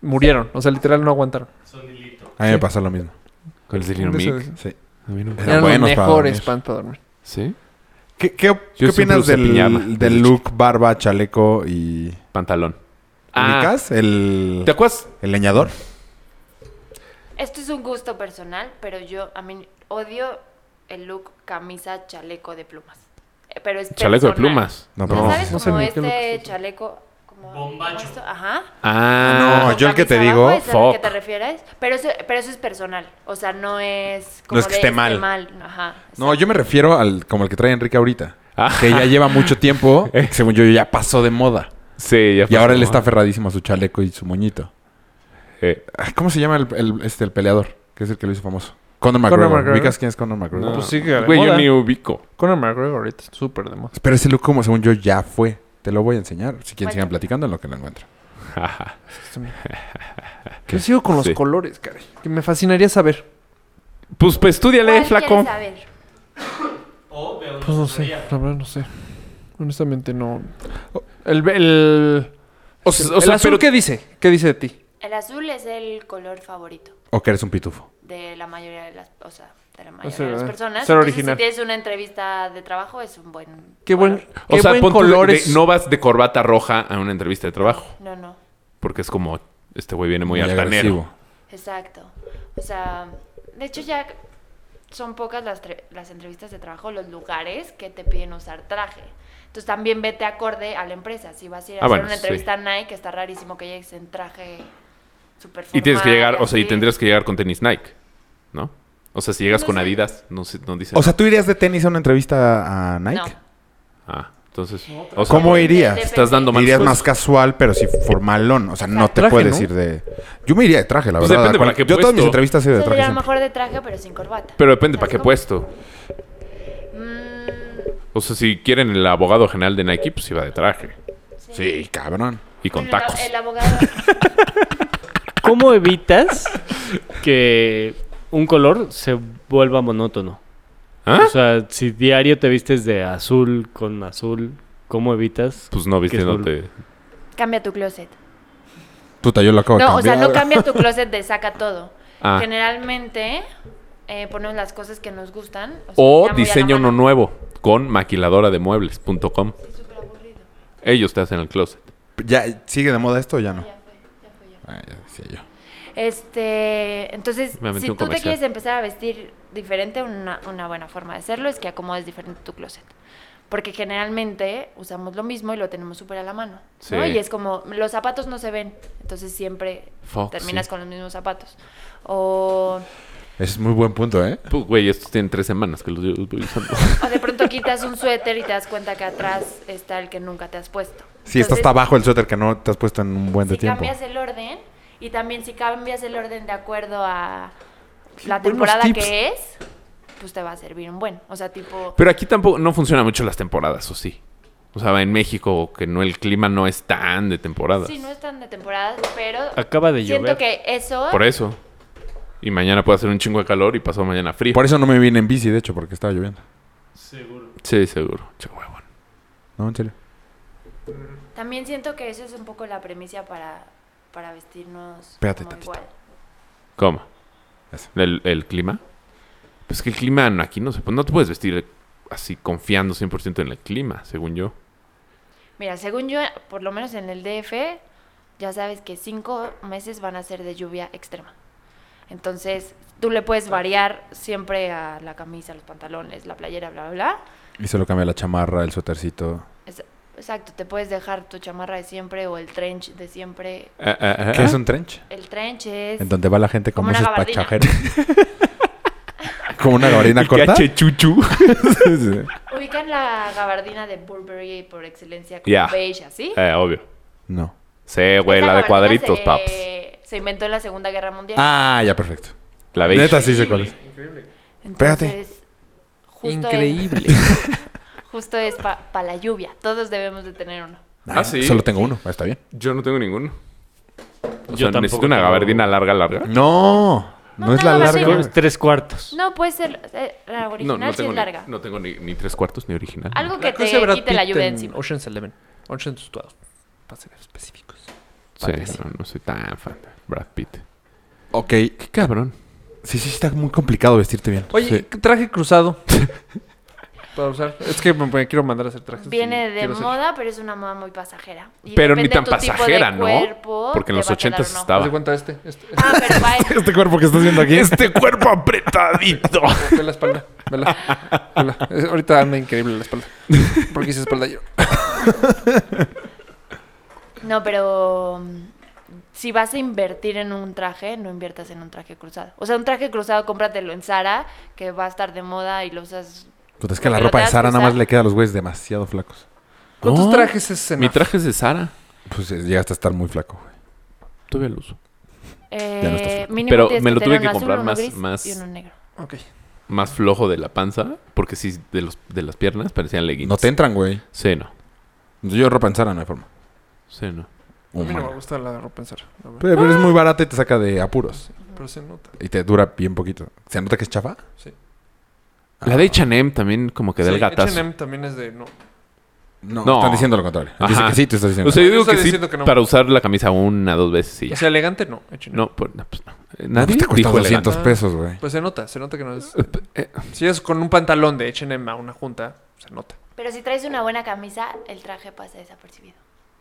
murieron, o sea, literal no aguantaron.
A mí me pasó lo mismo.
¿Con los del
Un día
Inumic?
se-
Sí.
A mí nunca.
Eran los
buenos para
mejores
dormir.
pan para dormir.
¿Sí?
¿Qué, qué, qué
siempre
opinas
usé pijama,
del,
de
del look, barba, chaleco y...
Pantalón. Ah,
¿Ubicas? El,
¿te acuerdas?
el leñador.
Esto es un gusto personal, pero yo a mí odio el look camisa chaleco de plumas. Eh, Pero es
Chaleco de
personal.
plumas.
No,
¿No
pero
sabes
no sé
como
ni qué
este
look es.
chaleco? Como, Bombacho. Ajá.
Ah,
No, yo el que te
camisa
digo,
abajo, ¿es al
fuck.
que te refieres? Pero eso, pero eso es personal. O sea, no es como
No es que
de
esté
este
mal.
Ajá.
No, yo me refiero al como el que trae Enrique ahorita.
Ah.
Que ya lleva mucho tiempo. según yo, ya pasó de moda.
Sí, ya
Y
fue
ahora
como-
él está aferradísimo a su chaleco y su moñito.
Eh,
Ay, Ah, ¿Cómo se llama el, el- este, el peleador? Que es el que lo hizo famoso. Conor
Conor
McGregor.
McGregor.
¿Ubicas quién es Conor McGregor?
no.
Pues sí, que-
Güey, yo
moda.
ni ubico.
Conor McGregor ahorita es súper de moda.
Pero ese look, como según yo, ya fue. Te lo voy a enseñar. Si quieren, sigan
Cuéntame.
platicando en lo que lo encuentro.
Ajá.
Yo sigo con los
Sí.
colores, caray, que me fascinaría saber.
pues, pues, estúdiale,
¿Cuál
flaco.
quieres saber?
Pues no sé, la verdad no sé. Honestamente no. El, el,
O, s- o
el
sea,
azul,
pero-
¿qué dice? ¿Qué dice de ti?
El azul es el color favorito
¿O que eres un pitufo?
de la mayoría de las, o sea, de la
O
mayoría
sea,
de las personas.
ser
Entonces,
original.
si tienes una entrevista de trabajo es un buen
Qué buen,
color.
O
qué
sea,
buen
pon tú de-
color
de-
es.
no vas de corbata roja a una entrevista de trabajo.
No, no.
Porque es como, este güey viene muy,
agresivo.
altanero.
Exacto. O sea, de hecho ya son pocas las, tre- las entrevistas de trabajo, los lugares que te piden usar traje. Entonces también vete acorde a la empresa. Si vas a ir a
Ah,
hacer
bueno,
una
sí.
entrevista a Nike, está rarísimo que llegues en traje super
Y tienes que
formal,
llegar, o sea, y
así.
tendrías que llegar con tenis Nike, ¿no? O sea, si llegas
No
con
sé.
Adidas, no, sé- no dice.
O sea, ¿tú irías de tenis a una entrevista a Nike?
No.
ah, entonces. O sea,
¿Cómo irías?
Depende.
Estás dando
Irías
cosas.
más casual, pero sí formalón.
Ah,
O sea, no te
Traje,
puedes
¿no?
ir de... Yo me iría de traje, la
Pues
verdad.
depende
Cual-
para qué
Yo todas mis
puesto.
entrevistas he ido
O
de
sea,
traje
sería a lo
siempre.
mejor de traje, pero sin corbata.
Pero depende para qué
¿Sabes
puesto.
cómo? Mm,
O sea, si quieren el abogado general de Nike, pues iba de traje.
Sí, cabrón.
Y con
bueno, el-
tacos.
El abogado.
¿Cómo evitas que un color se vuelva monótono?
¿Ah?
O sea, si diario te vistes de azul con azul, ¿cómo evitas?
Pues no, viste,
Que es
no
bol-
te.
Cambia tu closet.
Puta, yo lo acabo de
No, o sea,
cambiar.
no cambia tu closet de saca todo.
Ah.
Generalmente eh, ponemos las cosas que nos gustan. sea,
O
ya muy a la
diseña uno
mano.
nuevo con maquiladorademuebles.com. Ellos te hacen el closet.
¿Ya sigue de moda esto o ya no?
Ya fue, ya fue, ya fue.
Ah, ya decía yo.
Este, entonces,
Me aventé
si
un
tú te
comercial.
quieres empezar a vestir diferente, una, una buena forma de hacerlo es que acomodes diferente tu closet. Porque generalmente usamos lo mismo y lo tenemos súper a la mano. ¿no?
Sí.
Y es como, los zapatos no se ven, entonces siempre
Fuck,
terminas
sí.
con los mismos zapatos. O
Es muy buen punto, ¿eh?
Pues, güey, estos tienen tres semanas que los llevo utilizando.
O de pronto quitas un suéter y te das cuenta que atrás está el que nunca te has puesto.
Sí, está hasta abajo el suéter que no te has puesto en un buen de
Si
tiempo.
cambias el orden y también si cambias el orden de acuerdo a la
buenos
temporada
tips.
que es, pues te va a servir un buen. O sea, tipo,
Pero aquí tampoco no funciona mucho las temporadas, ¿o sí? O sea, en México que no el clima no es tan de temporada.
sí, no están de temporada, pero
Acaba de
siento
llover.
que eso...
Por eso. Y mañana puede hacer un chingo de calor y pasado mañana frío.
Por eso no me vine en bici, de hecho, porque estaba lloviendo.
Sí, seguro. Che, huevón.
No, en serio.
También siento que eso es un poco la premisa para, para vestirnos
Espérate
como
tantito.
igual.
¿Cómo?
Eso.
¿El, el clima? Pues que el clima no, aquí no se puede. No te puedes vestir así confiando 100% en el clima, según yo.
Mira, según yo, por lo menos en el DF, ya sabes que cinco meses van a ser de lluvia extrema. Entonces, tú le puedes variar siempre a la camisa, los pantalones, la playera, bla, bla, bla.
Y se lo cambia la chamarra, el suétercito.
Es- exacto, te puedes dejar tu chamarra de siempre o el trench de siempre.
Ah, ah, ah,
¿Qué Eh, es un trench?
El trench es...
En donde va la gente como,
Como una
esos
gabardina.
pachajeros. como una gabardina corta.
chuchu.
Sí, sí.
Ubican la gabardina de Burberry por excelencia como
Ya.
beige, así.
Eh, obvio.
No.
Sí, güey,
Esa
la de
gabardina
cuadritos,
se,
paps.
Se inventó en la Segunda Guerra Mundial.
Ah, ya, perfecto.
La beige.
Neta, sí sé cuál es. espérate.
Entonces, justo es-
Increíble.
Justo es para la lluvia. Todos debemos de tener uno.
Ah, sí.
Solo tengo uno. Ah, Está bien.
Yo no tengo ninguno. O
Yo
sea,
tampoco
necesito una
tengo-
gabardina larga, larga.
No. No,
No,
es la
no,
larga.
gabardina.
Tres cuartos.
No, puede ser eh, la original sí es
tengo,
larga.
ni, no tengo ni, ni tres cuartos ni original.
Algo que
La
te
cosa de Brad
quite la
Pitt
lluvia
en
encima.
Ocean's Eleven. Ocean's 12. Para ser específicos.
Sí, no, no soy tan fan de Brad Pitt.
Ok.
Qué cabrón.
Sí, sí, está muy complicado vestirte bien.
Oye,
Sí.
¿qué traje cruzado. Para usar. Es que me, me quiero mandar a hacer trajes. y
Viene de
quiero hacer-
moda, pero es una moda muy pasajera. Y
Pero ni
depende
tan
tu tipo de
pasajera, ¿no?
cuerpo,
Porque en
te
los
va a quedar
80s
o no.
estaba.
Haz de cuenta este. Este. este.
Ah, pero va en-
Este cuerpo que estás viendo aquí.
Este cuerpo apretadito.
Ve la espalda. Vela. Vela. Es- Ahorita anda increíble la espalda. Porque hice espalda yo.
No, pero mm, si vas a invertir en un traje, no inviertas en un traje cruzado. O sea, un traje cruzado cómpratelo en Zara, que va a estar de moda y lo usas.
Puta, es que la
Pero
ropa
te
de
vas a
Sara nada más
usar.
le queda a los güeyes demasiado flacos.
¿Cuántos
No,
trajes es enough?
Mi traje es de Sara.
Pues eh, llegaste a estar muy flaco, güey.
Todavía lo uso.
Ya no estás
Eh,
flaco.
mínimo
Pero
tienes
me lo tuve
tener
que
uno azul,
comprar
uno
más-
gris
más-
Y uno negro.
Ok.
Más flojo de la panza. Porque sí, de, los, de las piernas parecían leggings.
No te entran, güey.
Sí, no.
Yo ropa en Sara no hay forma.
Sí, no. Oh,
A mí no me
Humana.
gusta la ropa en Zara, la verdad.
Pero, pero es muy barata y te saca de apuros.
Pero se nota.
Y te dura bien poquito. ¿Se nota que es chafa?
Sí.
La de H&M también como que da el gatazo.
H&M también es de no. Pues
No,
No.
están diciendo lo contrario.
Ajá.
Dice que sí, tú estás diciendo.
O sea, yo
Yo
digo
estoy
que sí
diciendo que no.
para usar la camisa una, dos veces y
O
ya.
sea, elegante no. hecho no.
No, por- no, pues no. Eh, Nadie
te cuesta
dijo
200
elegante.
pesos, güey.
Pues se nota, se nota que no es.
elegante. Eh,
Si es con un pantalón de H&M a una junta, se nota.
Pero si traes una buena camisa, el traje pasa desapercibido.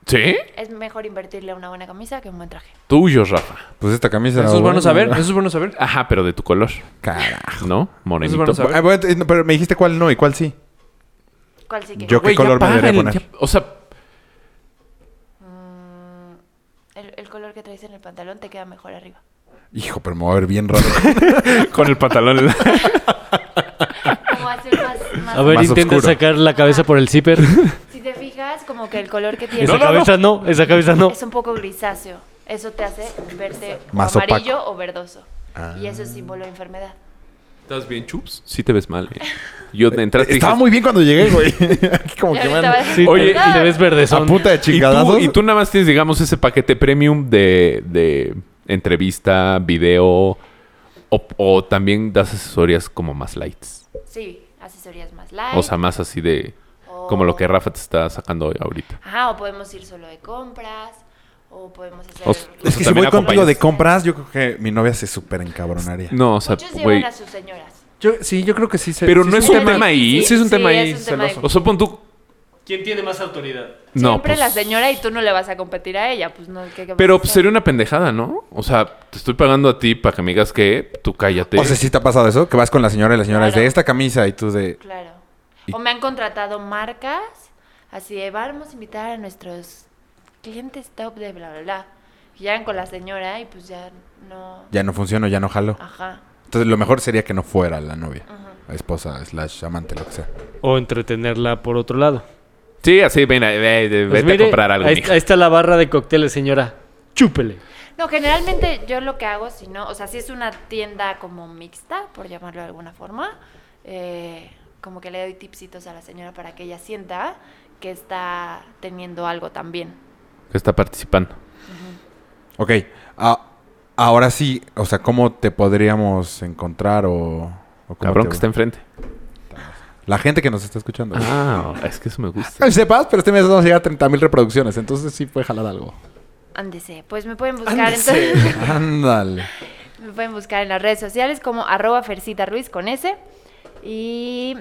¿Sí?
Es mejor invertirle a una buena camisa que a un buen traje.
Tuyos, Rafa.
Pues esta camisa.
Eso es
güey,
bueno saber,
no-
eso es bueno saber.
Ajá, pero de tu color,
Carajo.
¿no? Morenito.
bueno saber.
Ah, bueno, eh, no, Pero me dijiste cuál no y cuál sí.
¿Cuál sí que?
Yo qué
Güey, ya
color me
paga
debería
el-
poner.
ya- o sea,
Mm, el, el color que traes en el pantalón te queda mejor arriba.
Hijo, pero me va a ver bien raro.
con el pantalón. en la-
Como hacer más... más-
A ver,
Más
intenta
oscuro.
sacar la cabeza por el zipper.
Si te fijas, como que el color que tiene
Esa cabeza no. esa cabeza no.
es un poco grisáceo. Eso te hace verte o
Más opaco.
amarillo o verdoso. Y eso es símbolo de enfermedad.
¿Estás bien, Chups? Sí te ves mal. eh. Yo de entrada te dije,
Estaba muy bien cuando llegué, güey. Aquí como
Ya
que
ahorita
bueno.
vas a
Sí,
Oye,
te,
empezar.
te ves
A
verdezón.
puta de
¿Y tú,
chingadazos.
y tú nada más tienes, digamos, ese paquete premium de, de entrevista, video, o, o también das asesorías como más lights.
Sí, asesorías más light.
O sea, más así de...
o-
Como lo que Rafa te está sacando hoy ahorita.
Ajá, o podemos ir solo de compras. O podemos hacer...
O s-
Es que si
También
voy contigo
acompañas.
de compras, yo creo que mi novia se súper encabronaría.
No, o sea,
Muchos llevan
güey...
a sus señoras.
Yo, sí, yo creo que sí se
Pero
sí
no
se
es
puede.
un tema ahí.
Sí es un
Sí,
tema
es
ahí
un tema
celoso.
O sea, pon tú...
¿Quién tiene más autoridad?
No,
Siempre
pues,
la señora y tú no le vas a competir a ella, pues no, ¿qué, qué vas a
Pero pues,
hacer?
sería una pendejada, ¿no? O sea, te estoy pagando a ti para que me digas que tú cállate.
O sea, ¿sí te ha pasado eso? Que vas con la señora y la señora es
Claro.
de esta camisa y tú de...
Claro.
Y-
O me han contratado marcas, así de vamos a invitar a nuestros clientes top de bla, bla, bla. Y llegan con la señora y pues ya no...
Ya no funciona, ya no jalo.
Ajá.
Entonces lo mejor sería que no fuera la novia. Esposa, slash, amante, lo que sea.
O entretenerla por otro lado.
Sí, así, ven, eh, eh, vete
Pues
a
mire,
comprar algo.
Ahí,
mija.
ahí está la barra de cócteles, señora. Chúpele.
No, generalmente yo lo que hago, si no, o sea, si es una tienda como mixta, por llamarlo de alguna forma, eh, como que le doy tipsitos a la señora para que ella sienta que está teniendo algo también.
Que está participando.
Ok. ah, ahora sí, o sea, ¿cómo te podríamos encontrar o... o cómo
Cabrón
te-
que está enfrente.
La gente que nos está escuchando.
Ah, es que eso me gusta.
No sepas, pero este mes vamos a llegar a 30 mil reproducciones. Entonces sí puede jalar algo.
Ándese, pues me pueden buscar entonces.
Ándale.
Me pueden buscar en las redes sociales como arroba Fercita Ruiz con S. Y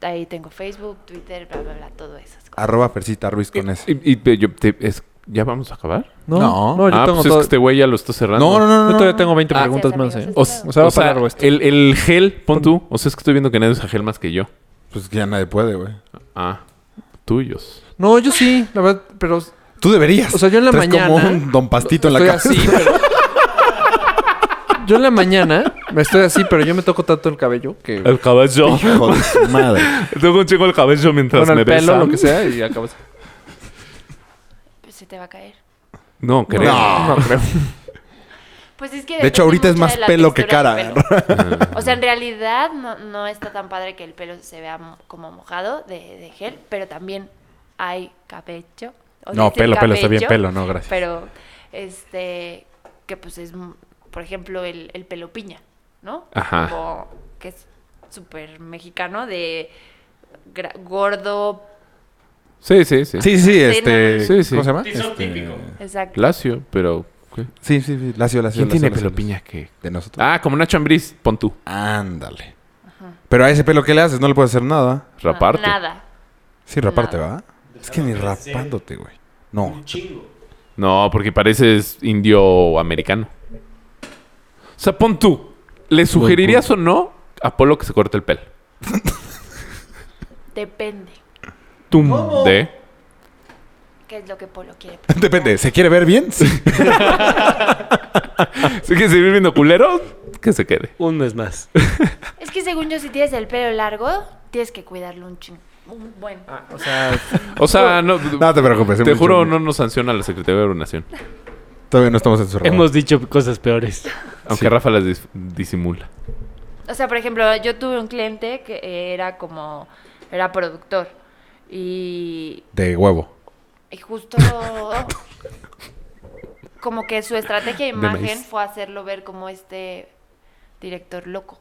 ahí tengo Facebook, Twitter, bla, bla, bla, todo eso.
Arroba Percita Ruiz con ese.
Y, y te- yo te- es- ¿Ya vamos a acabar?
No,
No.
no, yo
ah,
tengo
pues es
todo-
que este güey ya lo está cerrando.
No, no, no,
Yo
no,
todavía
no.
tengo 20
Ah,
preguntas
sí,
más,
amigos,
eh.
es-
O,
sea,
o
o sea, va para
sea,
largo esto.
el, el gel, pon tú. O sea, es que estoy viendo que nadie usa gel más que yo.
Pues que ya nadie puede, güey.
Ah, tuyos.
No, yo sí, la verdad, pero
Tú deberías.
O sea, yo en la
Traes como
mañana-
un don pastito en la
estoy
cabeza.
así, pero... Yo en la mañana me estoy así, pero yo me toco tanto el cabello que
El cabello.
Hijo de su madre.
Tengo un chico el cabello mientras
bueno,
me
el pelo,
besan.
lo que sea, y acabas.
Pues se te va a caer.
No, creo.
No, creo.
Pues es que...
De hecho,
depende
ahorita es
mucho
más
de la
pelo que
textura
cara. ¿eh?
del pelo. O sea, en realidad no, no está tan padre que el pelo se vea mo- como mojado de, de gel, pero también hay cabello. o
No,
decir
pelo, pelo, está bien
cabello,
pelo, no, gracias.
Pero, este, que pues es, m- por ejemplo, el, el pelo piña, ¿no?
Ajá.
Como que es súper mexicano de gra- gordo,
Sí, sí, sí.
Sí, sí, sí, este.
Sí, sí.
¿Cómo se llama? Este,
exacto.
Lacio, pero... ¿qué?
Sí, sí, sí. Lacio, Lacio.
¿Quién
Lacio,
tiene
Lacio,
pelo piña que...?
De nosotros.
Ah, como Nacho Ambriz, pon tú.
Ándale. Pero a ese pelo que le haces no le puedes hacer nada.
Raparte.
Nada.
Sí, raparte, ¿va? Es que ni rapándote, güey. No.
No, porque pareces indio americano. O sea, pon tú. ¿Le sugerirías o no a Polo que se corte el pelo?
Depende.
Tum. ¿De?
¿Qué es lo que Polo quiere?
Depende. ¿Se quiere ver bien? Sí.
¿Sí que seguir viendo culero? Que se quede.
Un mes más.
Es que según yo, si tienes el pelo largo, tienes que cuidarlo un chingo. Un buen.
O sea,
O sea, no...
No te preocupes.
Te
hemos
juro,
dicho-
no nos sanciona la Secretaría de Gobernación.
Todavía no estamos en su
Hemos dicho cosas peores.
Aunque Rafa las dis- disimula.
O sea, por ejemplo, yo tuve un cliente que era como, era productor. Y,
De huevo.
y justo como que su estrategia de imagen
maíz.
fue hacerlo ver como este director loco.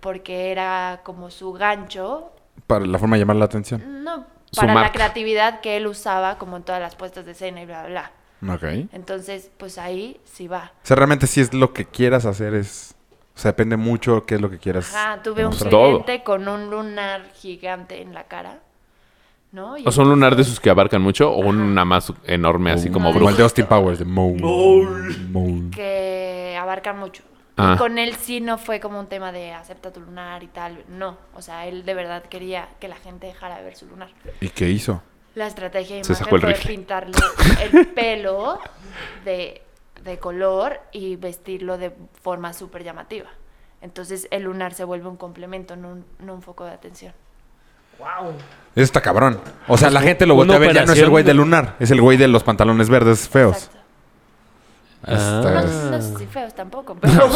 Porque era como su gancho
Para la forma de llamar la atención.
No,
Su
para la
marca.
creatividad que él usaba como en todas las puestas de escena y bla, bla, bla.
Ok.
Entonces, pues ahí sí va.
O sea, realmente si es lo que quieras hacer es... O sea, depende mucho qué es lo que quieras.
Ajá, tuve un
demostrar.
Todo.
cliente con un lunar gigante en la cara, ¿no? Y
¿O son lunar de esos que abarcan mucho o una más enorme así como
Como el
bruja?
de Austin Powers, de Moon. Moon.
que abarcan mucho.
Ah.
Y con él sí no fue como un tema de acepta tu lunar y tal, no. O sea, él de verdad quería que la gente dejara de ver su lunar.
¿Y qué hizo?
La estrategia de
Se
imagen
sacó el
fue
rifle.
pintarle el pelo de, de color y vestirlo de forma súper llamativa. Entonces el lunar se vuelve un complemento, no un, no un foco de atención.
Eso está cabrón. O sea, la gente lo
Una
voltea a ver. Ya no es el
operación.
güey de lunar. Es el güey de los pantalones verdes feos. Este,
Exacto. No,
Está-
no sé si feos tampoco, pero...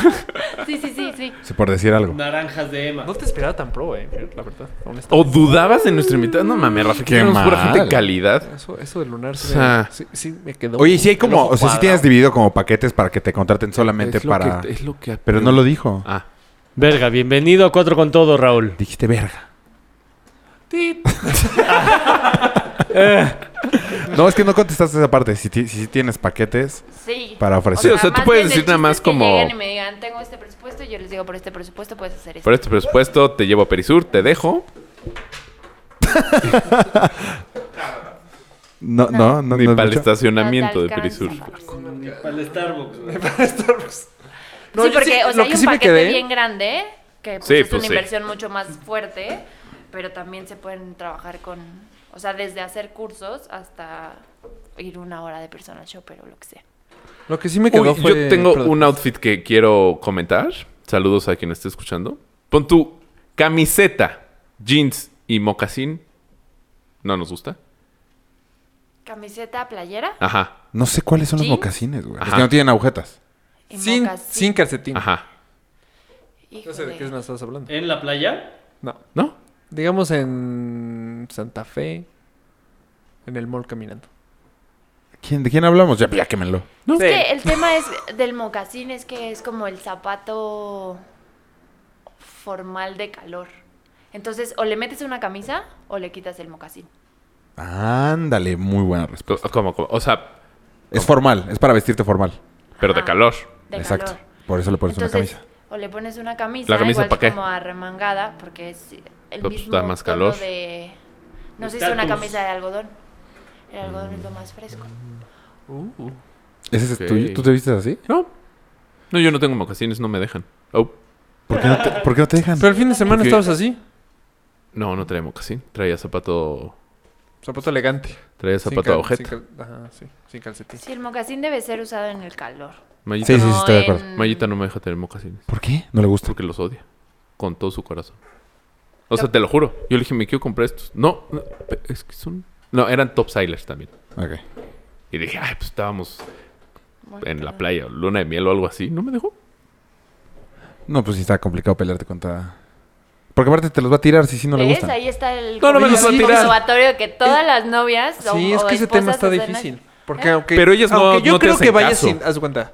sí, sí, sí, sí.
Sí, por decir algo.
Naranjas de Emma.
No te esperaba tan pro, eh, la verdad, honestamente.
¿O dudabas de nuestro invitado? No mames, Rafa, que
Qué
tenemos pura
mal.
gente de calidad.
Eso, eso del lunar sí,
O sea-
me, sí, sí me quedó.
Oye, si hay
el
como...
ojo
O sea, si
cuadrado.
tienes dividido como paquetes para que te contraten solamente
Es lo
para...
que- es lo que-
Pero no lo dijo.
Ah.
Verga, bienvenido a Cuatro con Todo, Raúl.
Dijiste verga. No, es que no contestaste esa parte. Si, ti- si tienes paquetes
Sí.
para ofrecer.
o sea, tú
más
puedes
bien el
decir nada
chiste
más
es que
como-
lleguen y me digan, tengo este presupuesto, y yo les digo, por este presupuesto puedes hacer esto.
Por este presupuesto te llevo a Perisur, te dejo.
No, no, no.
Ni
no es
para el
mucho.
estacionamiento
No
de
te alcanza
Perisur.
para eso.
Para Starbucks.
pues, No,
sí,
yo
porque,
sí-
o
lo
sea, hay
que
un
sí me
paquete
quedé-
bien grande, que pues,
Sí,
es
pues,
una
sí.
inversión mucho más fuerte, pero también se pueden trabajar con, o sea, desde hacer cursos hasta ir una hora de personal shopper o lo que sea.
Lo que sí me quedó
Uy,
fue...
yo tengo
perdón.
un outfit que quiero comentar. Saludos a quien esté escuchando. Pon tu camiseta, jeans y mocasín. No nos gusta.
Camiseta, playera
Ajá,
No sé cuáles son los
¿Jeans?
mocasines, güey. Los
Ajá.
que no tienen agujetas.
Ah,
y
Sin,
mocasín.
sin calcetín.
ajá.
No sé de qué
Híjole.
nos estás hablando.
¿En la playa?
No.
¿No?
Digamos en Santa Fe, en el mall caminando.
¿Quién- ¿De quién hablamos? Ya, ya quémenlo.
¿No?
Es que el tema es del mocasín es que es como el zapato formal de calor. Entonces, o le metes una camisa o le quitas el mocasín.
Ándale, muy buena respuesta.
Co- ¿Cómo, cómo? O sea,
Es formal, es para vestirte formal.
pero de
Ajá.
calor.
De
Exacto.
calor.
Por eso le pones una
Entonces,
camisa.
O le pones una camisa,
¿La camisa
igual
pa' qué?
como arremangada, porque es el
Pero, pues,
mismo
da más
tono
calor.
de... No sé si es una
Estatus.
camisa de algodón. El algodón
Mm.
es lo más fresco.
¿Ese es
Ok.
tuyo? ¿Tú te vistes así?
No. No, yo no tengo mocasines, no me dejan. Oh,
¿Por qué no te, por qué no te dejan?
Pero el fin de semana
Ok.
estabas así.
no, no traía mocasín. Traía zapato.
Zapato elegante.
Traía
Sin
zapato
cal-
a ojeta.
sin cal- Ajá, sí. Sin calcetín.
Sí, el mocasín debe ser usado en el calor.
Mayita,
Sí, sí, sí,
no
estoy de acuerdo.
en-
Mayita no me deja tener mocasines.
¿Por qué? No le gusta.
Porque los odia. Con todo su corazón. O sea, te lo juro. Yo le dije, me quiero comprar estos. No, no, pe- es que son. No, eran topsilers también.
Ok.
Y dije, ay, pues estábamos
Muy
en la
calor.
playa, luna de miel o algo así. No me dejó.
No, pues sí está complicado pelearte contra... Porque aparte te los va a tirar si sí no le
¿Ves?
gustan.
Ahí está el
No, no me
los va a
el
tirar.
conservatorio que todas las novias o-
Sí, es
o
que ese tema
esposas
está
hacen
difícil.
eso.
Porque
¿Eh?
aunque,
Pero ellas no-
aunque yo
no te
creo
hacen
que vayas
caso.
sin, haz de cuenta,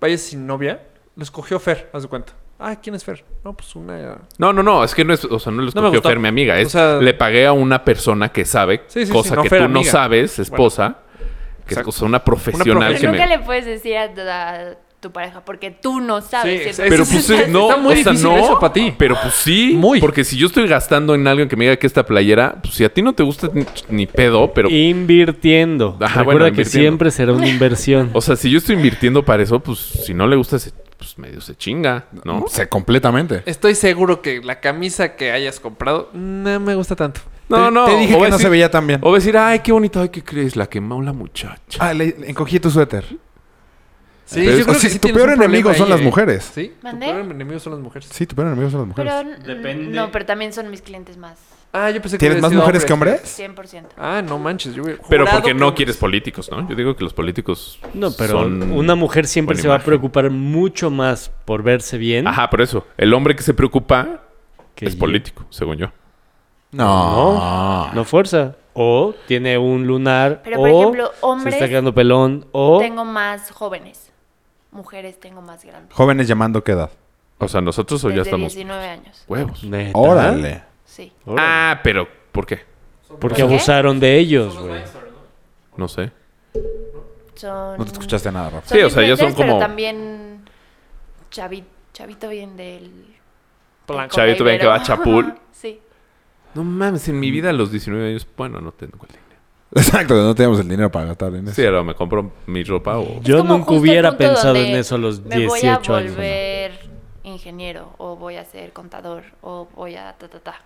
vayas sin novia, lo escogió Fer, haz de cuenta. Ah, ¿quién es Fer? No, pues una...
No, no, no, es que no es, o sea, no les
No me
escogió
gustó.
Fer, mi amiga. Es,
O sea-
le pagué a una persona que sabe,
Sí, sí, sí,
cosa
no,
que
Fer,
tú no
amiga.
sabes, esposa, que es
Exacto.
o sea, una profesional
Una
que
Pero nunca
me.
le puedes decir a, a tu pareja porque tú no sabes.
es-
¿cierto?
Pero
Sí,
pues
sí,
sí,
está-
no,
está muy
o sea,
difícil
no,
eso pa' ti.
pero pues sí,
Muy.
porque si yo estoy gastando en alguien que me diga que esta playera, pues si a ti no te gusta ni, ni pedo, pero
Invirtiendo. Recuerda
Ajá, Ah, bueno,
que
invirtiendo.
siempre será una inversión.
o sea, si yo estoy invirtiendo para eso, pues si no le gusta se- pues medio se chinga, ¿no?
Se Mm, completamente.
Estoy seguro que la camisa que hayas comprado no me gusta tanto.
No,
Te-
no,
Te dije
o
que no
decir-
se veía tan bien.
O decir, "Ay, qué bonito, ay, qué crees, la quemó la muchacha."
Ah, le le encogí tu suéter.
Sí,
Pero es- o sea, tu
tienes
peor
un problema
enemigo son
ahí,
las
¿eh?
mujeres.
Sí, tu
¿Mandé?
peor enemigo son las mujeres.
Sí, tu peor enemigo son las mujeres.
Pero n-
Depende.
No, pero también son mis clientes más.
Ah, yo pensé que
¿Tienes
hubiera
más
sido
mujeres que hombres?
100%.
Ah, no manches, yo hubiera
Pero
jurado
porque
que
no
hombres.
quieres políticos, ¿no? Yo digo que los políticos
No, pero
son-
una mujer siempre
buena
se va a
imagen.
preocupar mucho más por verse bien.
Ajá, por eso. El hombre que se preocupa
que
es
yo.
político, según yo.
No, no fuerza. O tiene un lunar.
Pero,
o
por ejemplo,
se está
hombres-
quedando pelón. O
Tengo más jóvenes. Mujeres tengo más grandes.
Jóvenes llamando qué edad.
O sea, nosotros hoy ya
Desde
estamos
19 años.
huevos.
¿Neta?
Órale.
Sí.
Órale.
Ah, pero ¿por qué?
Porque
¿Qué?
abusaron de ellos, güey.
No sé.
Son...
No te escuchaste nada, Rafa.
Sí, o sea, ya son
influencers, Pero
como-
también chavi- chavito bien del... del
Chavito bien que va a
Comaibero.
Chapul.
sí.
No mames, en mi vida a los 19 años, bueno, no tengo el dinero.
Exacto, no teníamos el dinero para gastar en eso.
Sí, ahora me compro mi ropa o...
Yo
como
nunca
justo el
hubiera
punto
pensado
donde
en eso a los
Me voy a
18 años.
volver ingeniero o voy a ser contador o voy a ta ta ta.
¿Ah,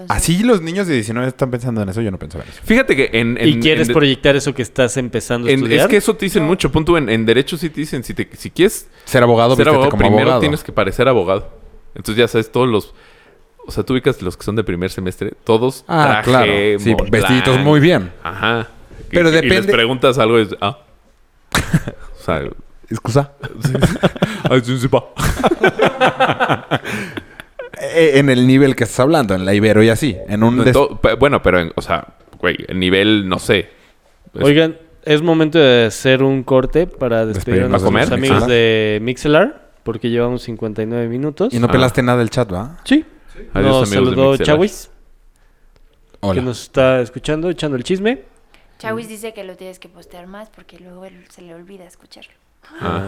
Entonces,
Así los niños de 19 están pensando en eso, yo no pensaba en eso.
Fíjate que en... en-
¿Y quieres
en-
proyectar eso que estás empezando a
en-
estudiar?
es que eso te dicen mucho. Punto en, en derecho sí te dicen, si, te, si quieres
Ser abogado,
ser
vístete
abogado,
como
primero
abogado.
tienes que parecer abogado. Entonces ya sabes, todos los... O sea, tú ubicas los que son de primer semestre, todos
Ah,
traje,
claro. Sí,
Montblanc.
vestiditos muy bien.
Ajá.
Pero
Y- y les
depende-
preguntas algo y es, ah. o sea,
Excusa.
ay, sí, sí, pa.
Eh, En el nivel que estás hablando, en la Ibero y así. En un...
No,
des-
to- pe- bueno, pero, en- o sea, güey, el nivel, no sé. Es-
Oigan, es momento de hacer un corte para despedir a
Despedirnos
de
nuestros
comer.
amigos
Ah.
de Mixelar, porque llevamos 59 minutos.
Ah.
Y no pelaste nada del chat, ¿va?
Sí.
Adiós, amigos
nos
de
saludó
Mixelar.
Chawis, que
Hola.
nos está escuchando, echando el chisme.
Chawis dice que lo tienes que postear más porque luego él se le olvida escucharlo.
Ah.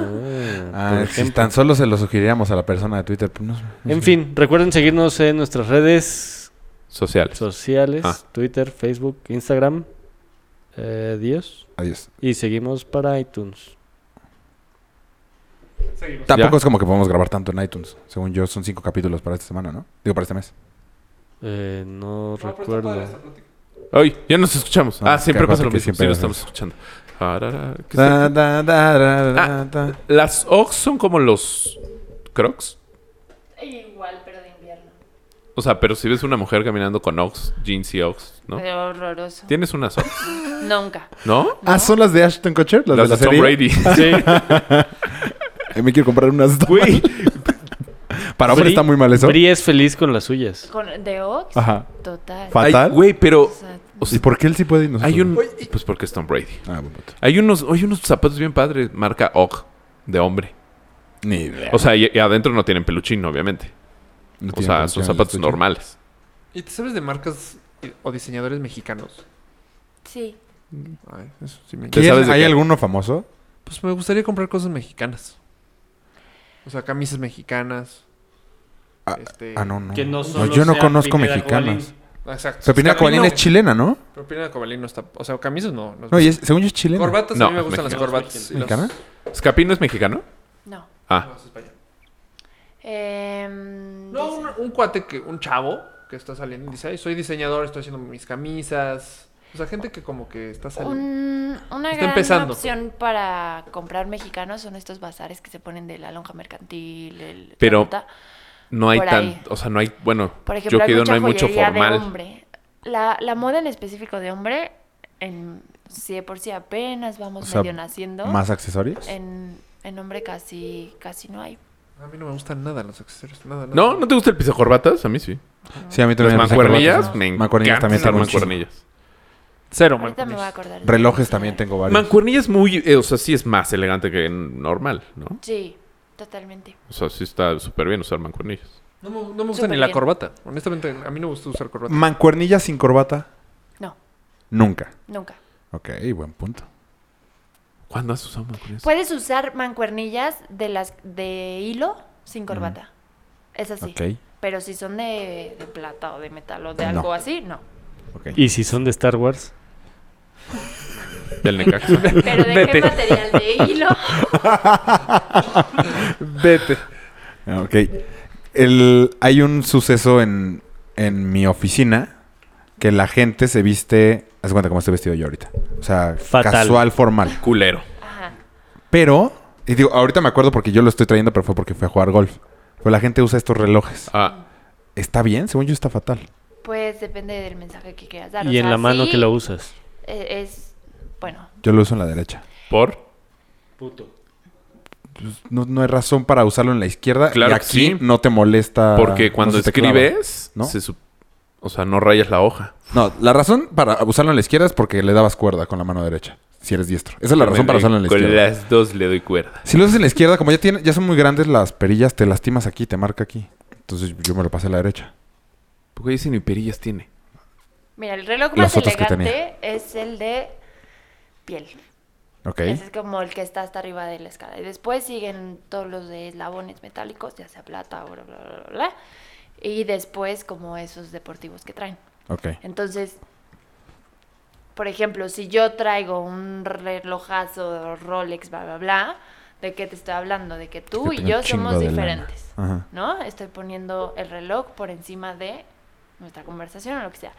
Ah,
por
si
ejemplo.
tan solo se lo sugeriríamos a la persona de Twitter. pues, no- no
En
sé.
fin, recuerden seguirnos en nuestras redes
Sociales.
sociales,
Ah.
Twitter, Facebook, Instagram. Eh, Adiós.
Adiós.
Y seguimos para iTunes.
Tampoco
¿Ya?
es como que podemos grabar tanto en iTunes. Según yo, son cinco capítulos para esta semana, ¿no? Digo, para este mes.
Eh, no recuerdo.
Ay, ya nos escuchamos.
Ah,
Ah, siempre
qué
pasa lo
raro que
mismo.
siempre Ah,
Sí, nos estamos
haces.
escuchando. Ah, Arara, ¿qué
Da,
es esto?
da, da, da, da,
Ah.
da.
Las Ox son como los Crocs.
Igual, pero de invierno.
O sea, pero si ves una mujer caminando con Ox, jeans y Ox, ¿no?
Pero horroroso.
¿Tienes unas Ox?
Nunca.
¿No?
Ah, ¿son las de Ashton Kutcher? Las,
Las
de
de
la
Tom
serie.
Brady.
Sí,
Eh, me quiero comprar unas dos.
Güey,
Para hombres
Bri-
está muy mal eso.
Bri es feliz con las suyas.
Con, ¿De Ox?
Ah.
Ajá.
Total.
Fa-
ay,
Fatal.
güey, pero
O sea,
o sea,
¿Y por qué él sí puede y nosotros
Pues, hay un
no?
pues porque es Tom Brady.
Ah, buen punto.
Hay unos hay unos zapatos bien padres marca Ox de hombre.
Ni idea.
O sea, y, y adentro no tienen peluchín, obviamente.
No
O
tiene
sea,
conexión
son
el
zapatos
estuche.
normales.
¿Y te sabes de marcas eh, o diseñadores mexicanos?
sí.
Ay, eso sí me
¿Qué?
interesa.
¿Quién-
sabes de
¿Hay alguno famoso?
Pues me gustaría comprar cosas mexicanas. O sea, camisas mexicanas.
Ah,
este...
Ah, no, no.
Que no
No,
solo
yo no
sea
conozco
Pineda
mexicanas.
Cobalín.
Exacto.
Pepina Cobalín es chilena, ¿no?
Pero Pina Cobalín no está... O sea, camisas no. no es
No, y es- según yo es chilena.
Corbatas,
No,
a mí me gustan
mexicano.
las corbatas. y los-
¿Mexicana?
¿Escapino es mexicano?
No.
Ah,
No, es español.
Em,
No,
dice-
un, un cuate, que, un chavo que está saliendo y dice, "Ay, soy diseñador, estoy haciendo mis camisas. O sea, gente que como que está saliendo.
Un- una
Está
gran
empezando.
opción para comprar mexicanos son estos bazares que se ponen de la lonja mercantil, el la
Pero-
ruta.
no hay
Por
tan,
ahí.
o sea, no hay, bueno,
Por
yo
ejemplo,
que
hay
he ido,
mucha
no hay mucho
joyería de
formal.
hombre. La, la moda en específico de hombre, en, si de por sí apenas vamos
O sea,
medio naciendo,
¿Más accesorios?
en, en hombre casi, casi no hay.
A mí no me gustan nada los accesorios, nada, nada.
No, ¿no te gusta el piso corbatas? A mí sí.
Sí, a mí
Las
también me gustan
mancuernillas,
corbatas.
me
Mancuernillas también
encantan
tengo
las
muchísimo.
mancuernillas.
Cero, man.
Ahorita me voy a acordar. de-
Relojes también tengo varios.
Mancuernillas muy, eh, o sea, sí es más elegante que normal, ¿no?
Sí, totalmente.
O sea, sí está súper bien usar mancuernillas.
No me, no me gusta
Súper
ni la
bien.
corbata. Honestamente, a mí no me gusta usar corbata.
Mm. ¿Mancuernillas sin corbata?
No,
Nunca.
nunca.
Ok, buen punto.
¿Cuándo has usado mancuernillas?
Puedes usar mancuernillas de las de hilo sin corbata. Es así.
Ok,
Pero si son de, de plata o de metal o de
No.
algo así, no.
ok.
¿Y si son de Star Wars?
Del Necaxa.
Pero de
Vete.
qué material de hilo.
Vete.
Ah, Ok. El, hay un suceso en, en mi oficina que la gente se viste. Haz de cuenta cómo estoy vestido yo ahorita. O sea,
Fatal.
casual, formal.
Culero.
Ajá.
Pero, y digo, ahorita me acuerdo porque yo lo estoy trayendo, pero fue porque fui a jugar golf. Pero la gente usa estos relojes.
Ah,
Está bien, según yo está fatal.
Pues depende del mensaje que quieras dar. o
Y en
sea,
la mano
sí,
que lo usas.
eh, Es, bueno,
Yo lo uso en la derecha.
¿por?
Pues, No, no hay razón para usarlo en la izquierda.
Claro
y
que
aquí
sí.
no te molesta.
Porque
Ah, no
cuando
se te clava.
escribes,
¿no?
se sup- o sea, no rayas la hoja.
No, la razón para usarlo en la izquierda es porque le dabas cuerda con la mano derecha. Si eres diestro. Esa es la
Yo
razón
me
para
doy-
usarlo en la izquierda.
Con las dos le doy cuerda.
Si lo haces en la izquierda, como ya tiene, ya son muy grandes las perillas, te lastimas aquí, te marca aquí. Entonces yo me lo pasé a la derecha.
Porque dice ni perillas tiene.
Mira, el reloj
Los
más
otros que tenía.
elegante es el de piel.
Ok.
Ese es como el que está hasta arriba de la escala. Y después siguen todos los de eslabones metálicos, ya sea plata, bla, bla, bla, bla, bla. Y después como esos deportivos que traen.
Ok.
Entonces, por ejemplo, si yo traigo un relojazo Rolex, bla, bla, bla, ¿de qué te estoy hablando? De que tú
Que
y
tengo
yo
un chingo
somos
de lana.
diferentes.
Ajá.
¿no? Estoy poniendo el reloj por encima de nuestra conversación o lo que sea.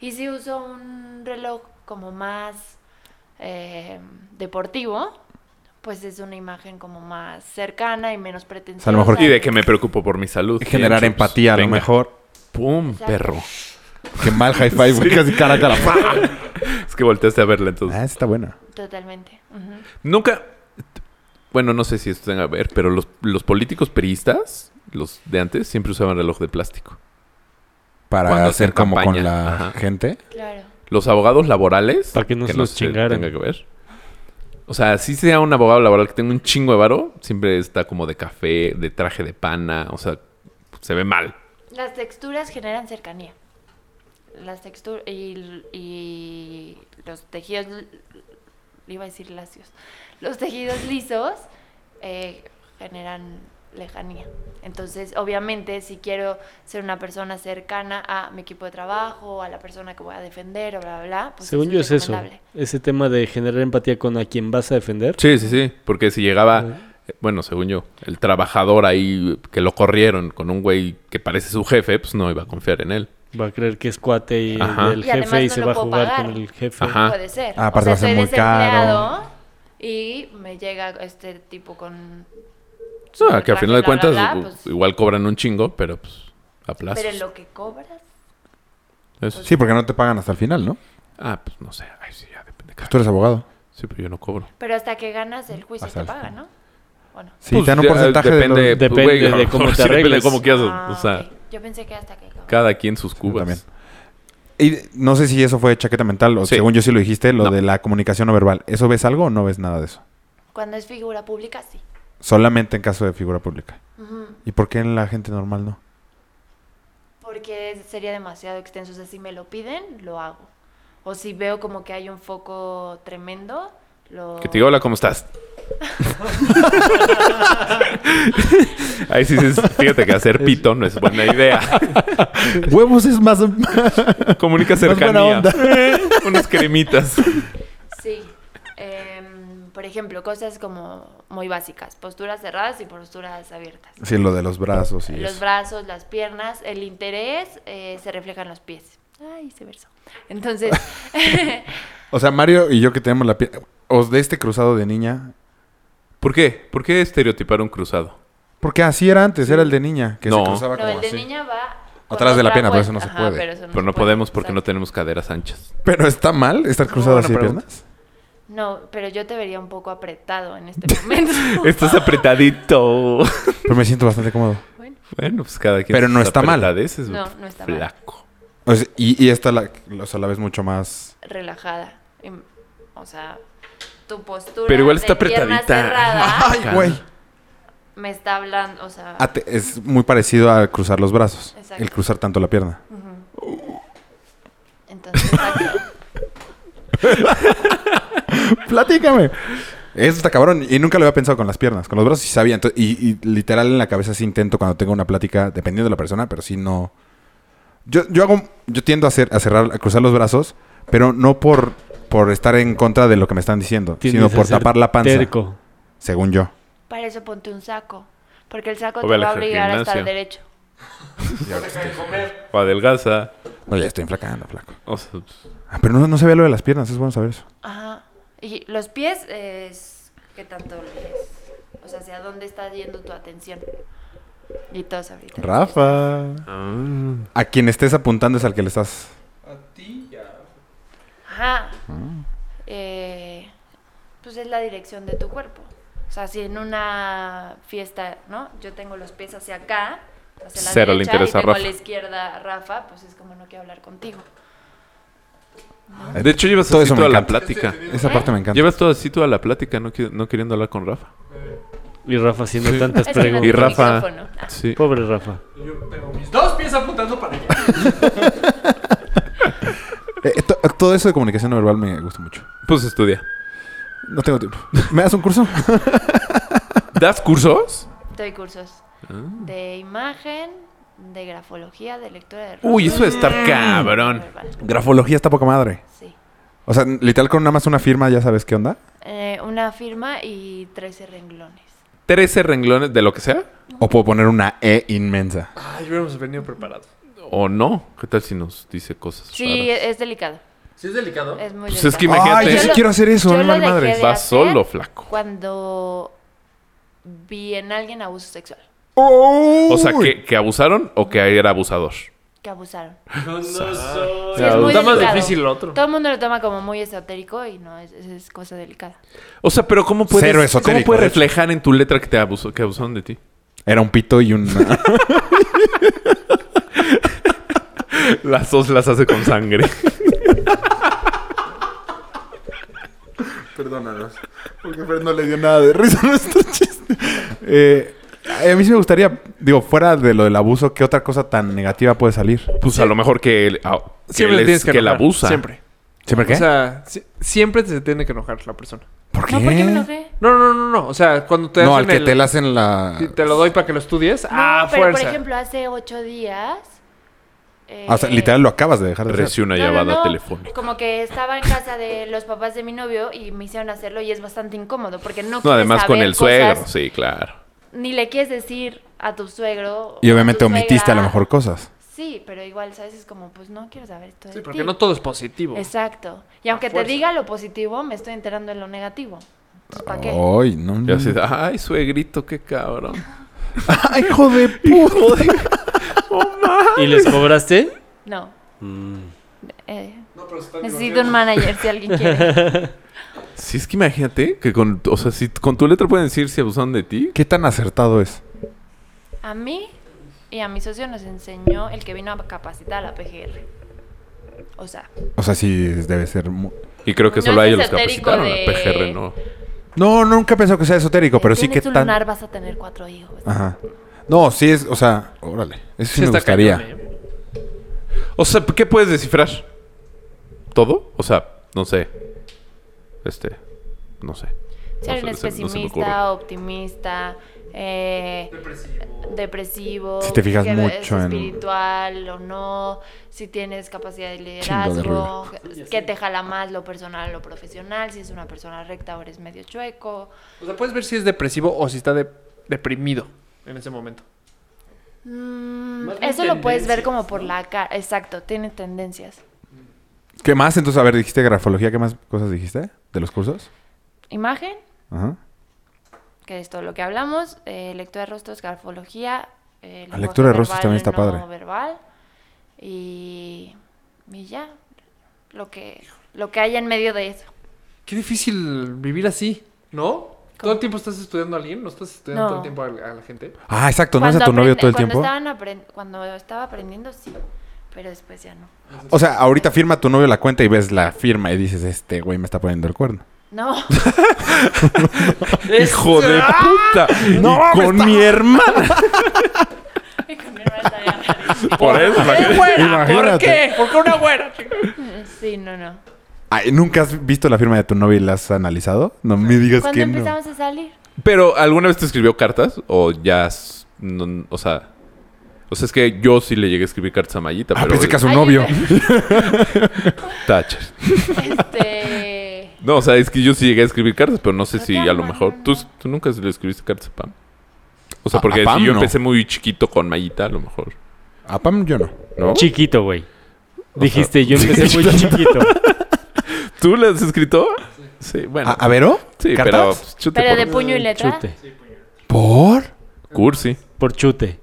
Y si uso un reloj como más eh, deportivo, pues es una imagen como más cercana y menos pretenciosa.
mejor
Y de que me preocupo por mi salud.
Generar
Bien, chups,
empatía a lo
venga.
mejor.
¡Pum,
Exacto.
perro!
Que mal high five, güey, casi cara a cara. ¡Pah!
Es que volteaste a verla entonces.
Ah, está buena.
Totalmente. ujú.
Nunca. Bueno, no sé si esto tenga que ver, pero los, los políticos peristas, los de antes, siempre usaban reloj de plástico.
Para
Cuando
hacer
hacen
como
campaña.
con la
Ajá.
gente.
Claro.
Los abogados laborales.
Para que no se los
sé si
chingaran.
Tenga que ver. O sea, si sea un abogado laboral que tenga un chingo de varo, siempre está como de café, de traje de pana. O sea, se ve mal.
Las texturas generan cercanía. Las texturas y, y los tejidos, l- iba a decir lacios, los tejidos lisos eh, generan lejanía. Entonces, obviamente, si quiero ser una persona cercana a mi equipo de trabajo, a la persona que voy a defender, o bla, bla, bla, pues
Según yo es eso,
recomendable.
ese tema de generar empatía con a quien vas a defender.
Sí, sí, sí. Porque si llegaba, eh, bueno, según yo, el trabajador ahí que lo corrieron con un güey que parece su jefe, pues no iba a confiar en él.
Va a creer que es cuate y
Ajá.
del
Y además
jefe y
no
se
lo
va a
puedo
jugar
pagar.
con el jefe.
Ajá.
Puede ser.
Ah, aparte va a ser
soy
muy caro.
desempleado Y me llega este tipo con.
O sea,
super
que a
traje,
final de
bla,
cuentas,
bla, bla,
u-
pues,
igual cobran un chingo, pero pues a plazos.
Pero lo que cobras. Pues
Eso.
Sí, porque no te pagan hasta el final, ¿no? Pues
Ah, pues no sé. Ay, sí, ya depende.
Tú eres abogado.
Sí, pero yo no cobro.
Pero hasta que ganas el juicio
Hasta
te
el
paga,
fin.
¿no? Bueno.
Sí, te dan un porcentaje de
Pues depende,
los-
de-
pues, güey,
Depende de cómo te
sí, depende de
arregles.
cómo quieras.
Ah,
o sea,
ok. Yo pensé que hasta que acabas.
cada quien sus cubas.
también. Y no sé si eso fue chaqueta mental o
Sí.
según yo sí lo dijiste, lo
No.
de la comunicación no verbal. ¿Eso ves algo o no ves nada de eso?
Cuando es figura pública, sí.
Solamente en caso de figura pública.
Ujú.
¿Y por qué en la gente normal no?
Porque sería demasiado extenso. O sea, si me lo piden, lo hago. O si veo como que hay un foco tremendo, lo.
Que te diga, hola, ¿cómo estás? Ahí sí dices, fíjate que hacer pito no es buena idea.
Huevos es más...
Comunica
buena
cercanía.
onda.
Unas cremitas.
Sí. Em, por ejemplo, cosas como muy básicas: posturas cerradas y posturas abiertas.
sí, lo de los brazos y
los
eso.
brazos, las piernas, el interés eh, se refleja en los pies. Ay, se versó. Entonces,
O sea, Mario y yo que tenemos la piel... Os de este cruzado de niña...
¿Por qué? ¿Por qué estereotipar un cruzado?
Porque así era antes, era el de niña. Que
No.
se cruzaba
no,
como
el de
así.
niña va. con
Atrás de la
otra
pierna, pero
puesta.
eso no se
Ajá,
puede.
eso
Pero
se
no
puede,
podemos porque no
exacto.
tenemos caderas anchas.
Pero está mal estar cruzado
buena
así de
pregunta.
piernas.
No, pero yo te vería un poco apretado en este momento.
Estás apretadito.
Pero me siento bastante cómodo.
Bueno, pues cada quien.
Pero no está mal.
A veces,
No, no está mal.
flaco.
O sea, y, y esta la, o sea, la ves mucho más...
Relajada. Em, O sea, tu postura.
Pero igual está
de pierna
apretadita.
cerrada
Acá.
Güey.
me está hablando. O sea,
Ah, te- es muy parecido a cruzar los brazos.
Exacto.
El cruzar tanto la pierna.
entonces. exacto.
Platícame. Eso está cabrón. Y nunca lo había pensado con las piernas. Con los brazos sí sabía. Ento- y, y literal en la cabeza sí intento cuando tengo una plática, dependiendo de la persona, pero sí no. Yo, yo hago. Yo tiendo a, hacer, a cerrar, a cruzar los brazos, pero no por, por estar en contra de lo que me están diciendo,
Tiendes
sino
a
por
ser
tapar la panza.
Terco.
Según yo.
Para eso ponte un saco. Porque el saco
O
te
ve al
va a obligar a estar
gimnasio.
derecho.
O adelgaza.
No, ya estoy enflacando, flaco.
O sea, pues,
Ah, pero no, no sabía lo de las piernas. Es bueno saber eso.
Ajá. Y los pies es qué tanto les, o sea, hacia dónde está yendo tu atención. Y todos ahorita.
Rafa.
ah.
A quien estés apuntando es al que le estás.
Ajá. Eh, pues es la dirección de tu cuerpo. O sea, si en una fiesta, ¿no? Yo tengo los pies hacia acá, hacia la
Cero le
derecha
interesa a
y tengo a
Rafa.
la izquierda a Rafa, pues es como no quiero hablar contigo.
De hecho, llevas
Todo
así
eso me
toda la
encanta.
plática.
Esa parte me encanta.
Llevas todo así toda la plática, no, qui- no queriendo hablar con Rafa.
Y Rafa haciendo tantas
Es que no
preguntas.
Y
tiene
Rafa-
micrófono. Ah,
Sí.
Pobre Rafa.
Yo tengo mis dos pies apuntando para allá.
Eh, todo eso de comunicación no verbal me gusta mucho.
Pues estudia.
No tengo tiempo. ¿Me das un curso?
¿Das cursos?
Doy cursos
Ah.
de imagen, de grafología, de lectura de Mm.
Uy, eso debe estar
rostro,
cabrón.
verbal.
Grafología está poca madre.
Sí.
O sea, literal con nada más una firma ya sabes qué onda.
Eh, una firma y 13 renglones.
13 renglones de lo que sea.
O puedo poner una E inmensa.
Ay, hubiéramos venido preparados.
O no. ¿Qué tal si nos dice cosas?
Sí, eh,
raras?
es, es delicado.
¿Sí es delicado?
Es muy
Pues
delicado.
es que imagínate.
Ay, yo sí
Yo lo-
quiero hacer eso.
yo
no
lo
vale
dejé
madres.
de-
Vas solo, flaco.
Cuando vi en alguien abuso sexual,
O sea, que, que abusaron o que era abusador.
que abusaron.
Sí, es
Está
muy
muy
Está más
delicado.
difícil lo otro.
Todo el mundo lo toma como muy esotérico y no, es, es- es cosa delicada.
O sea, pero ¿cómo puedes,
Cero esotérico, ¿eh?
¿cómo puedes
de hecho.
reflejar en tu letra que te abusó, que abusaron de ti?
Era un pito y un...
Las dos las hace con sangre.
Perdónanos. Porque Fer no le dio nada de risa a nuestro chiste. Eh, a mí sí me gustaría, digo, fuera de lo del abuso, ¿qué otra cosa tan negativa puede salir?
Pues a lo mejor que él, ah, que él
le
es- que, la
enojar,
abusa.
Siempre.
¿Siempre qué?
O sea, si- siempre se tiene que enojar la persona.
¿Por qué?
No, ¿por qué me enojé?
No, no, no, no. O sea, cuando te
No, al
hacen
que
el-
te la hacen la...
si te lo doy para que lo estudies. ah,
no, pero
fuerza.
por ejemplo, hace ocho días. eh,
Ah, o sea, literal lo acabas de dejar de hacer.
Recibe una
no, no,
llamada
no,
telefónica.
Como que estaba en casa de los papás de mi novio y me hicieron hacerlo y es bastante incómodo porque no,
No,
quieres
además con
saber
el suegro.
cosas,
Sí, claro.
Ni le quieres decir a tu suegro.
Y
o a
obviamente
tu
omitiste a
suegra.
lo mejor cosas.
Sí, pero igual, ¿sabes? Es como, pues no quiero saber esto de
Sí,
ti.
porque no todo es positivo.
Exacto. Y aunque te
fuerza.
diga lo positivo, me estoy enterando en lo negativo. ¿Para qué?
Ay, no.
Y así, ay, suegrito, qué cabrón.
Ay, hijo de puta.
¿Y les cobraste?
No.
Mm.
eh, necesito un manager si alguien quiere.
Si es que imagínate que con, o sea, si con tu letra pueden decir si abusaron de ti.
¿Qué tan acertado es?
A mí y a mi socio nos enseñó el que vino a capacitar a la PGR. O sea,
O sea, sí debe ser... mu-
Y creo que
No
solo a
es
ellos los
esotérico
capacitaron.
de-
La PGR no.
No, nunca pensó que sea esotérico, pero sí que
tienes un
tan...
Eh, lunar vas a tener cuatro hijos.
Ajá. No, sí es... O sea, órale. Eso sí, me
está
gustaría.
cañón, ¿eh?
O sea, ¿qué puedes descifrar? ¿Todo? O sea, no sé. Este, no sé. No
Ser
se-
un
se- no se me
pesimista, optimista, eh, depresivo,
Si te fijas
que es
mucho en-
espiritual o no, si tienes capacidad de
Chingo de
liderazgo, que te jala más lo personal o lo profesional, si es una persona recta o eres medio chueco.
O sea, puedes ver si es depresivo o si está de- deprimido en ese momento.
Mm,
Más bien
eso lo puedes ver
tendencias,
como por la cara, exacto, tiene tendencias.
¿Qué más? Entonces, a ver, dijiste grafología. ¿Qué más cosas dijiste de los cursos?
Imagen,
Ajá.
que es todo lo que hablamos, eh, lectura de rostros, grafología, eh, lenguaje
Ah, lectura de rostros
verbal,
también está
no
padre.
verbal y, y ya, lo que, lo que hay en medio de eso.
Qué difícil vivir así, ¿no? ¿Todo el tiempo estás estudiando a alguien? ¿No estás estudiando
No.
todo el tiempo a, a la gente?
Ah, exacto. ¿No es a tu novio
aprende-
todo el
cuando
tiempo?
estaban apren- cuando estaba aprendiendo, sí, pero después ya no.
O sea, ahorita firma tu novio la cuenta y ves la firma y dices, este güey me está poniendo el cuerno.
No, Este.
¡Hijo de puta! ¡No! con mi hermana.
y con mi hermana también aprendí.
Por eso. imagínate.
Imagínate.
¿Por qué una buena?
sí, no, no.
Ay, ¿Nunca has visto la firma de tu novio y la has analizado? No me digas
Cuando
que no.
empezamos a salir,
Pero, ¿alguna vez te escribió cartas? O ya. s- no- o sea. O sea, es que yo sí le llegué a escribir cartas a Mayita,
Ah,
pero.
pensé que a su
Ay,
novio.
Thatcher.
este,
No, o sea, es que yo sí llegué a escribir cartas, pero no sé
Pero
si
te
a lo
aman,
mejor.
¿no?
¿Tú, tú nunca le escribiste cartas a Pam? O sea,
A-
porque
a
si
Pam,
yo
no.
empecé muy chiquito con Mayita, a lo mejor.
A Ah, Pam yo no.
¿No?
Chiquito, güey. Dijiste, yo empecé muy chiquito.
¿Tú le has escrito? Sí, bueno.
¿A, a Vero?
sí,
¿Cartas?
pero. pues, chute
pero
por-
de puño y letra.
Chute.
¿Por?
Cursi.
Por chute.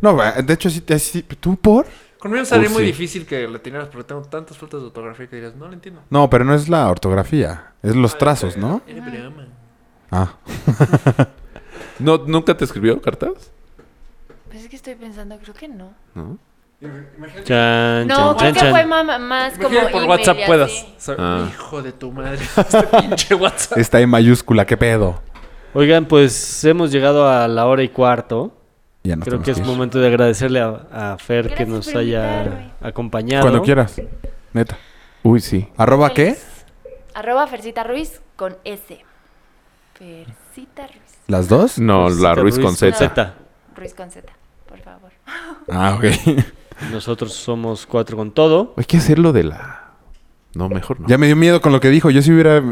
No, va, de hecho, sí, te- sí- ¿tú por?
Conmigo sería muy
Cursi.
difícil que le atinaras porque tengo tantas faltas de ortografía que dirías, no lo entiendo.
No, pero no es la ortografía. Es
Ah,
los trazos, ¿no?
Era broma.
Ah.
¿No, ¿Nunca te escribió cartas?
Pues es que estoy pensando, creo que no.
No.
Chan, chan,
No, creo
chan,
que
chan.
fue ma- más como
Imagínate por
email
WhatsApp
y así.
puedas. O sea,
Ah.
Hijo de tu madre. Este pinche WhatsApp.
Está en mayúscula, ¿qué pedo?
Oigan, pues hemos llegado a la hora y cuarto.
Ya nos
Creo
tenemos
que es
ir.
momento de agradecerle a, a Fer que
Gracias
nos
por
haya
invitarme.
acompañado.
Cuando quieras. Neta.
Uy, sí.
¿Arroba qué?
Arroba Fercita Ruiz con S. Fercita Ruiz.
¿Las dos?
No,
Pues,
la Ruiz con Z.
Ruiz con Z, por favor.
Ah, ok.
Nosotros somos cuatro con todo.
Hay que hacer lo de la... No, mejor no.
Ya me dio miedo con lo que dijo. Yo si hubiera...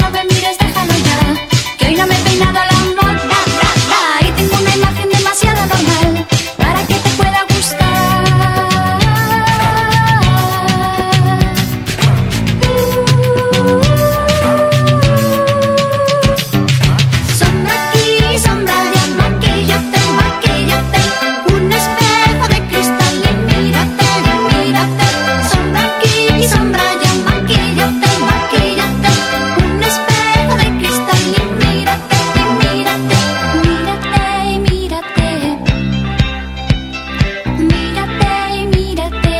no me mires, déjalo ya. Que hoy no me he peinado a la moda. Y tengo una imagen demasiado normal para que te pueda gustar. Sombra aquí, sombra de maquillate, maquillate Un espejo de cristal y mírate, mírate Sombra aquí, sombra de maquillate, maquillate Un espejo de cristal y mírate, mírate Mírate, mírate Mírate, mírate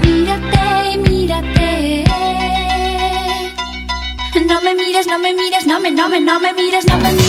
Mírate, mírate. No me mires, no me mires, no me, no me, no me mires, no me mires.